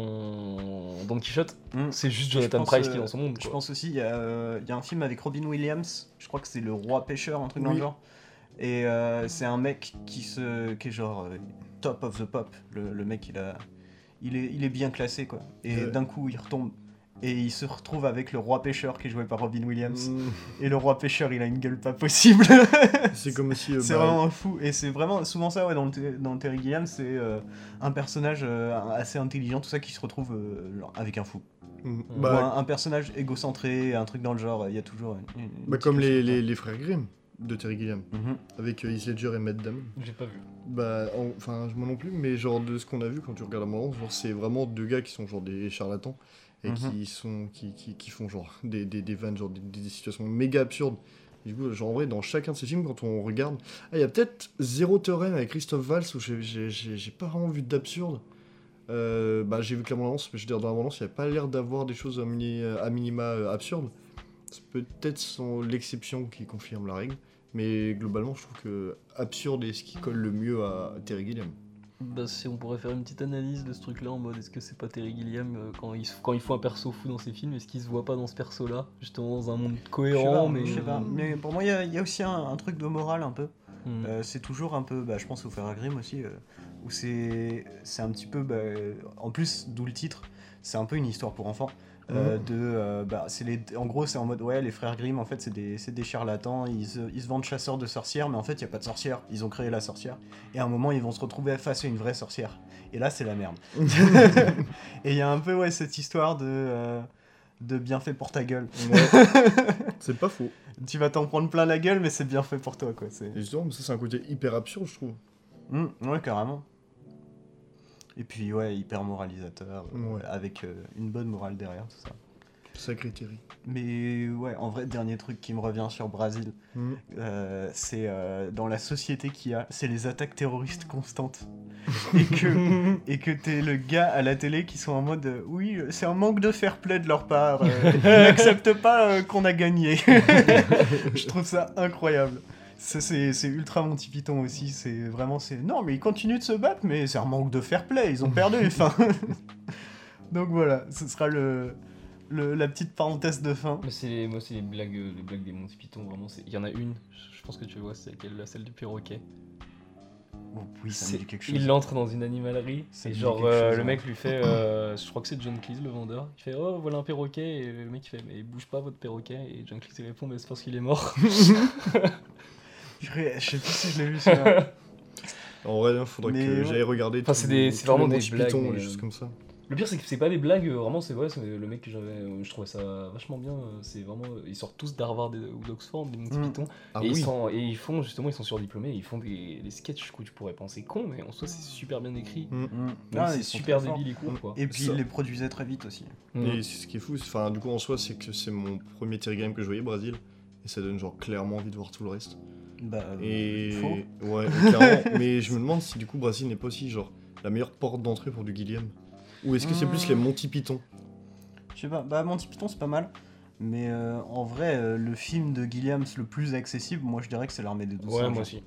dans Don Quichotte, Mm. c'est juste Je Jonathan pense, Price qui est euh, dans son monde. Je quoi. pense aussi, il y, a, euh, il y a un film avec Robin Williams, je crois que c'est Le Roi Pêcheur, un truc dans le Oui. genre. Et euh, c'est un mec qui, se, qui est genre euh, top of the pop. Le, le mec, il, a, il, est, il est bien classé, quoi. Et Ouais. d'un coup, il retombe. Et il se retrouve avec le roi pêcheur qui est joué par Robin Williams. Mm. Et le roi pêcheur, il a une gueule pas <laughs> possible. C'est comme <laughs> si. euh, c'est bah, vraiment fou. Et c'est vraiment souvent ça, ouais, dans, le, Ter- dans le Terry Gilliam, c'est euh, un personnage euh, assez intelligent, tout ça, qui se retrouve euh, genre avec un fou. mm, Ou bah, un, un personnage égocentré, un truc dans le genre, il y a toujours une. une- une bah, petite comme les, chose, les, les frères Grimm de Terry Gilliam, quoi. Mhm. avec euh, Heath Ledger et Matt Damon. J'ai pas vu. Bah, en- enfin, moi non plus, mais genre de ce qu'on a vu quand tu regardes la bande-annonce, genre c'est vraiment deux gars qui sont genre des charlatans et qui sont qui, qui, qui font genre <laughs> des, des, des vannes, genre des, des situations méga absurdes. Et du coup, genre en vrai, dans chacun de ces films, quand on regarde, ah, il y a peut-être zéro terrain avec Christophe Valls où j'ai- j'ai j'ai- j'ai pas vraiment vu d'absurde. Euh, bah, j'ai vu que la bande-annonce, mais je veux dire, dans la bande-annonce, il n'y a pas l'air d'avoir des choses à, mini- à minima euh, absurdes. C'est peut-être son- l'exception qui confirme la règle. Mais globalement, je trouve que absurde est ce qui colle le mieux à Terry Gilliam. Bah, si on pourrait faire une petite analyse de ce truc-là en mode est-ce que c'est pas Terry Gilliam euh, quand il, se- quand il faut un perso fou dans ses films, est-ce qu'il se voit pas dans ce perso-là Justement dans un monde Je sais cohérent, pas, mais. je sais pas. euh, Mais pour moi, il y a- il y, a aussi un, un truc de morale un peu. hmm. Euh, c'est toujours un peu, bah, je pense au Frères Grimm aussi, euh, où c'est c'est un petit peu bah, en plus d'où le titre c'est un peu une histoire pour enfants euh, de euh, bah, c'est les en gros c'est en mode ouais les frères Grimm en fait c'est des, c'est des charlatans ils se, ils se vendent chasseurs de sorcières mais en fait il y a pas de sorcières ils ont créé la sorcière et à un moment ils vont se retrouver face à une vraie sorcière et là c'est la merde et il y a un peu ouais cette histoire de euh, de bien fait pour ta gueule <laughs> c'est pas faux. tu vas t'en prendre plein la gueule mais c'est bien fait pour toi quoi c'est Et justement, mais ça, c'est un côté hyper absurde, je trouve. Mm, ouais, carrément. Et puis, ouais, hyper moralisateur, euh, Ouais. avec euh, une bonne morale derrière, tout ça. Sacré Terry. Mais ouais, en vrai, dernier truc qui me revient sur Brésil, Mm. euh, c'est euh, dans la société qu'il y a, c'est les attaques terroristes constantes. et que et que t'es le gars à la télé qui sont en mode euh, oui, euh, c'est un manque de fair play de leur part. euh, ils n'acceptent pas euh, qu'on a gagné. Je trouve ça incroyable. Ça, c'est c'est ultra Monty Python aussi. C'est vraiment c'est non mais ils continuent de se battre mais c'est un manque de fair play. Ils ont perdu. Enfin. Donc voilà, ce sera le, le- la petite parenthèse de fin. Moi, c'est les, moi, c'est les blagues, euh, les blagues des Monty Python, vraiment. c'est- Il y en a une, je je pense que tu vois, c'est laquelle, celle du perroquet. Oh, oui, ça me C'est- dit quelque chose. Il entre dans une animalerie, Ça et me dit genre, quelque euh, chose, le hein. mec lui fait, euh, je crois que c'est John Cleese, le vendeur, il fait, oh, voilà un perroquet, et le mec il fait, mais bouge pas votre perroquet, et John Cleese il répond, mais c'est parce qu'il est mort. <laughs> Purée, Je sais plus si je l'ai vu celui-là. En vrai, il faudrait Mais que ouais. j'aille regarder. Enfin, tous c'est des- les- c'est tous vraiment les des Monty blagues, Python, mais, les euh, choses comme ça. le pire, c'est que c'est pas des blagues, euh, vraiment, c'est vrai, c'est le mec que j'avais, euh, je trouvais ça vachement bien, euh, c'est vraiment, euh, ils sortent tous d'Harvard et- ou d'Oxford, des Monty Mm. Python, Ah et, oui. ils sont, et ils font, justement, ils sont surdiplômés, ils font des, des sketchs, du coup, tu pourrais penser con, mais en soi, c'est super bien écrit. Mm. Donc, Ah, c'est ils sont super très forts. débile et cool, quoi. Et puis Ça. il les produisait très vite aussi. Mm. Et c'est- ce qui est fou, c'est- enfin, du coup, en soi, c'est que c'est mon premier Terry Game que je voyais, Brésil. Et ça donne genre clairement envie de voir tout le reste. Bah, euh, Et il faut. ouais, clairement. <laughs> mais je me demande si du coup Brasil n'est pas aussi genre la meilleure porte d'entrée pour du Guillaume. Ou est-ce que Ah. c'est plus les Monty Python Je sais pas, bah Monty Python c'est pas mal. Mais euh, en vrai, euh, le film de Gilliams le plus accessible, moi je dirais que c'est l'armée des douze Ouais, singes. moi aussi.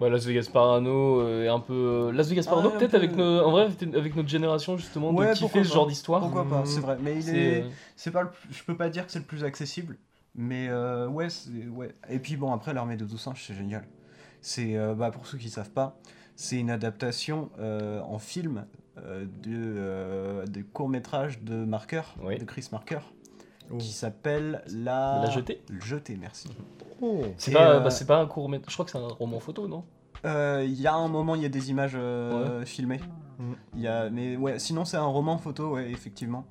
Ouais, Las Vegas Parano euh, et un peu. Las Vegas Ah, Parano, un peut-être peu. avec nos. En vrai, peut-être avec notre génération, justement, Ouais, de kiffer pourquoi ce pas. genre d'histoire. Pourquoi pas, c'est vrai. Mais il est. euh, C'est pas le plus- Je peux pas dire que c'est le plus accessible. Mais euh, ouais, c'est- ouais. Et puis bon, après, l'armée de douze singes, c'est génial. C'est, euh, bah, pour ceux qui savent pas, c'est une adaptation euh, en film euh, de, euh, des courts-métrages de Marker, Oui. de Chris Marker, Oh. qui s'appelle La... La jetée. Mhm. Le Jeté, merci. Oh. C'est Et, pas, euh, bah, c'est pas un court métrage. Je crois que c'est un roman photo, non Euh, Il y a un moment, il y a des images euh, filmées. Mhm. Il Y a... Mais ouais, sinon c'est un roman photo, ouais, effectivement,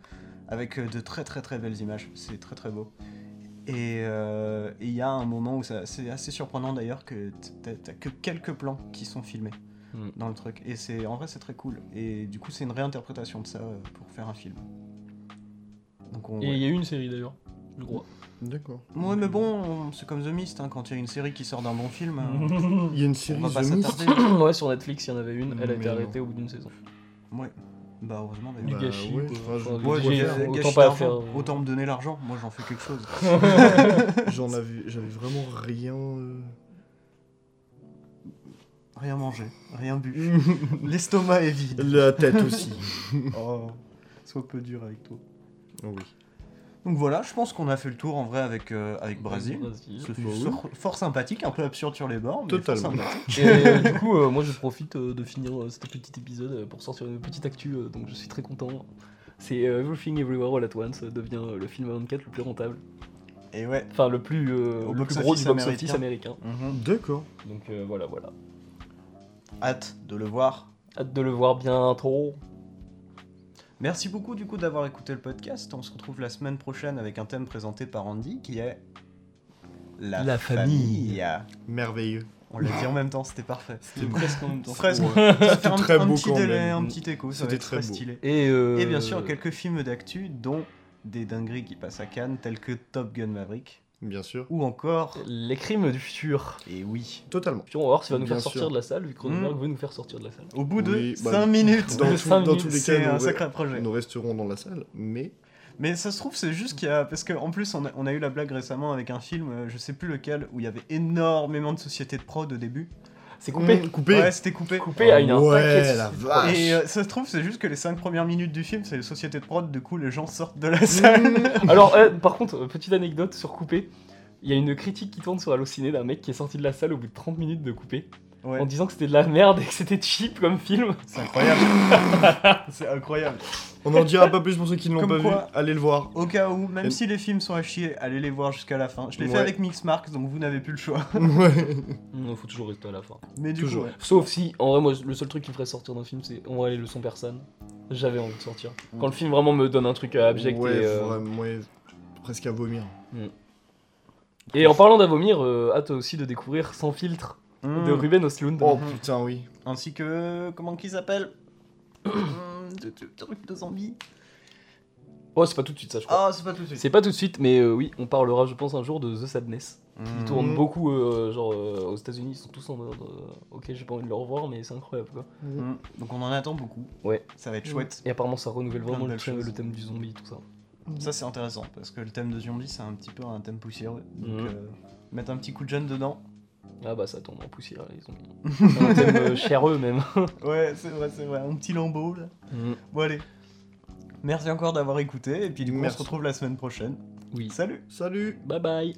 avec euh, de très très très belles images. C'est très très beau. Et euh, et il y a un moment où ça- c'est assez surprenant d'ailleurs que t- t'as- t'as que quelques plans qui sont filmés Mhm. dans le truc. Et c'est en vrai c'est très cool. Et du coup c'est une réinterprétation de ça euh, pour faire un film. Donc on, Et il ouais. y a eu une série d'ailleurs, je crois. D'accord. Ouais, mais bon, on- c'est comme The Mist, hein, quand il y a une série qui sort d'un bon film, Mhm. euh, Il y a une on série va pas The Mist. s'attarder. <laughs> ouais, sur Netflix, il y en avait une. Elle a Mais été non. arrêtée au bout d'une saison. Ouais, bah heureusement bah, d'ailleurs. Du Bah, gâchis. ouais, quoi. enfin, je- Enfin, Ouais, du j'ai- gâchis, j'ai autant gâché pas d'argent. faire. euh, Autant me donner l'argent, moi j'en fais quelque chose. J'en avais, j'avais vraiment <laughs> rien. euh, Rien mangé, rien bu. L'estomac est vide. La tête aussi. Mm. <laughs> Oh, sois peu dur avec toi. Oh oui. Donc voilà, je pense qu'on a fait le tour en vrai avec, euh, avec Brésil. C'est Bah oui. fort- fort sympathique, un peu absurde sur les bords, mais fort Totalement. sympathique. Et euh, du coup, euh, moi je profite euh, de finir euh, ce petit épisode euh, pour sortir une petite actu, euh, donc je suis très content. C'est euh, Everything Everywhere All At Once euh, devient euh, le film à 24 le plus rentable, Et ouais. enfin le plus, euh, Au le box plus gros du office box-office américain. Mhm. D'accord. Donc euh, voilà, voilà. Hâte de le voir. Hâte de le voir bientôt. Merci beaucoup du coup d'avoir écouté le podcast. On se retrouve la semaine prochaine avec un thème présenté par Andy qui est la, La famille. Merveilleux. On l'a dit en même temps, c'était parfait. Mm. presque en même temps. Presque. Ouais. Ça fait un, très un beau petit quand délai, même. un petit écho, ça va C'était être très très, beau. stylé. Et, euh, Et bien sûr, quelques films d'actu, dont des dingueries qui passent à Cannes, tels que Top Gun Maverick, Bien sûr. ou encore, Les crimes du futur. et oui, Totalement. Puis on va voir s'il va nous Bien faire sûr. sortir de la salle, vu que Cronenberg Mm. veut nous faire sortir de la salle. au bout Oui, de bah, 5 minutes, <laughs> Dans, tout- Cinq dans tous les c'est cas, un nous, sacré projet. nous resterons dans la salle, mais Mais ça se trouve, c'est juste qu'il y a. Parce qu'en plus, on a, on a eu la blague récemment avec un film, euh, je sais plus lequel, où il y avait énormément de sociétés de prod au début. C'est coupé. Mmh, coupé. Ouais, c'était coupé. Coupé à une ouais, inquiète. la vache. Et euh, ça se trouve, c'est juste que les 5 premières minutes du film, c'est les sociétés de prod, du coup, les gens sortent de la Mmh. salle. <laughs> Alors, euh, par contre, euh, petite anecdote sur Coupé. Il y a une critique qui tourne sur Allociné d'un mec qui est sorti de la salle au bout de 30 minutes de Coupé. Ouais. en disant que c'était de la merde et que c'était cheap comme film. C'est incroyable. <laughs> c'est incroyable. On n'en dira pas plus pour ceux qui ne l'ont Comme pas quoi. vu. Allez <laughs> le voir. Au cas où, même Et- si les films sont à chier, allez les voir jusqu'à la fin. Je l'ai Ouais. fait avec Mixmark, donc vous n'avez plus le choix. <laughs> Ouais. Mm, Il faut toujours rester à la fin. Mais du Toujours. coup, ouais. Sauf si, en vrai, moi, le seul truc qui me ferait sortir d'un film, c'est en vrai les leçons persanes. J'avais envie de sortir. Mm. Quand le film vraiment me donne un truc abject ouais, et. euh, vraiment, ouais, presque à vomir. Et en parlant d'Avomir, euh, hâte aussi de découvrir Sans filtre Mmh. de Ruben Oslund. Oh putain, oui. Ainsi que. Comment qu'il <coughs> s'appelle Hum, de- de- Truc de zombie. Oh, c'est pas tout de suite ça, je crois. Ah, c'est pas tout de suite. C'est pas tout de suite, mais euh, oui, on parlera, je pense, un jour de The Sadness. Ils Mmh. tournent beaucoup, euh, genre euh, aux États-Unis, ils sont tous en mode. euh, ok, j'ai pas envie de le revoir, mais c'est incroyable quoi. Mmh. Donc on en attend beaucoup. Ouais. Ça va être Mmh. chouette. Et apparemment, ça renouvelle Plein de vraiment le belles thème, choses. le thème du zombie, tout ça. Ça c'est intéressant parce que le thème de zombie c'est un petit peu un thème poussiéreux. Donc Mmh. euh, mettre un petit coup de jeune dedans. Ah bah, ça tombe en poussière, les zombies. un thème euh, chéreux même. Ouais, c'est vrai, c'est vrai. Un petit lambeau là. Bon allez. Merci encore d'avoir écouté et puis du coup on Merci. se retrouve la semaine prochaine. Oui. Salut Salut Bye bye.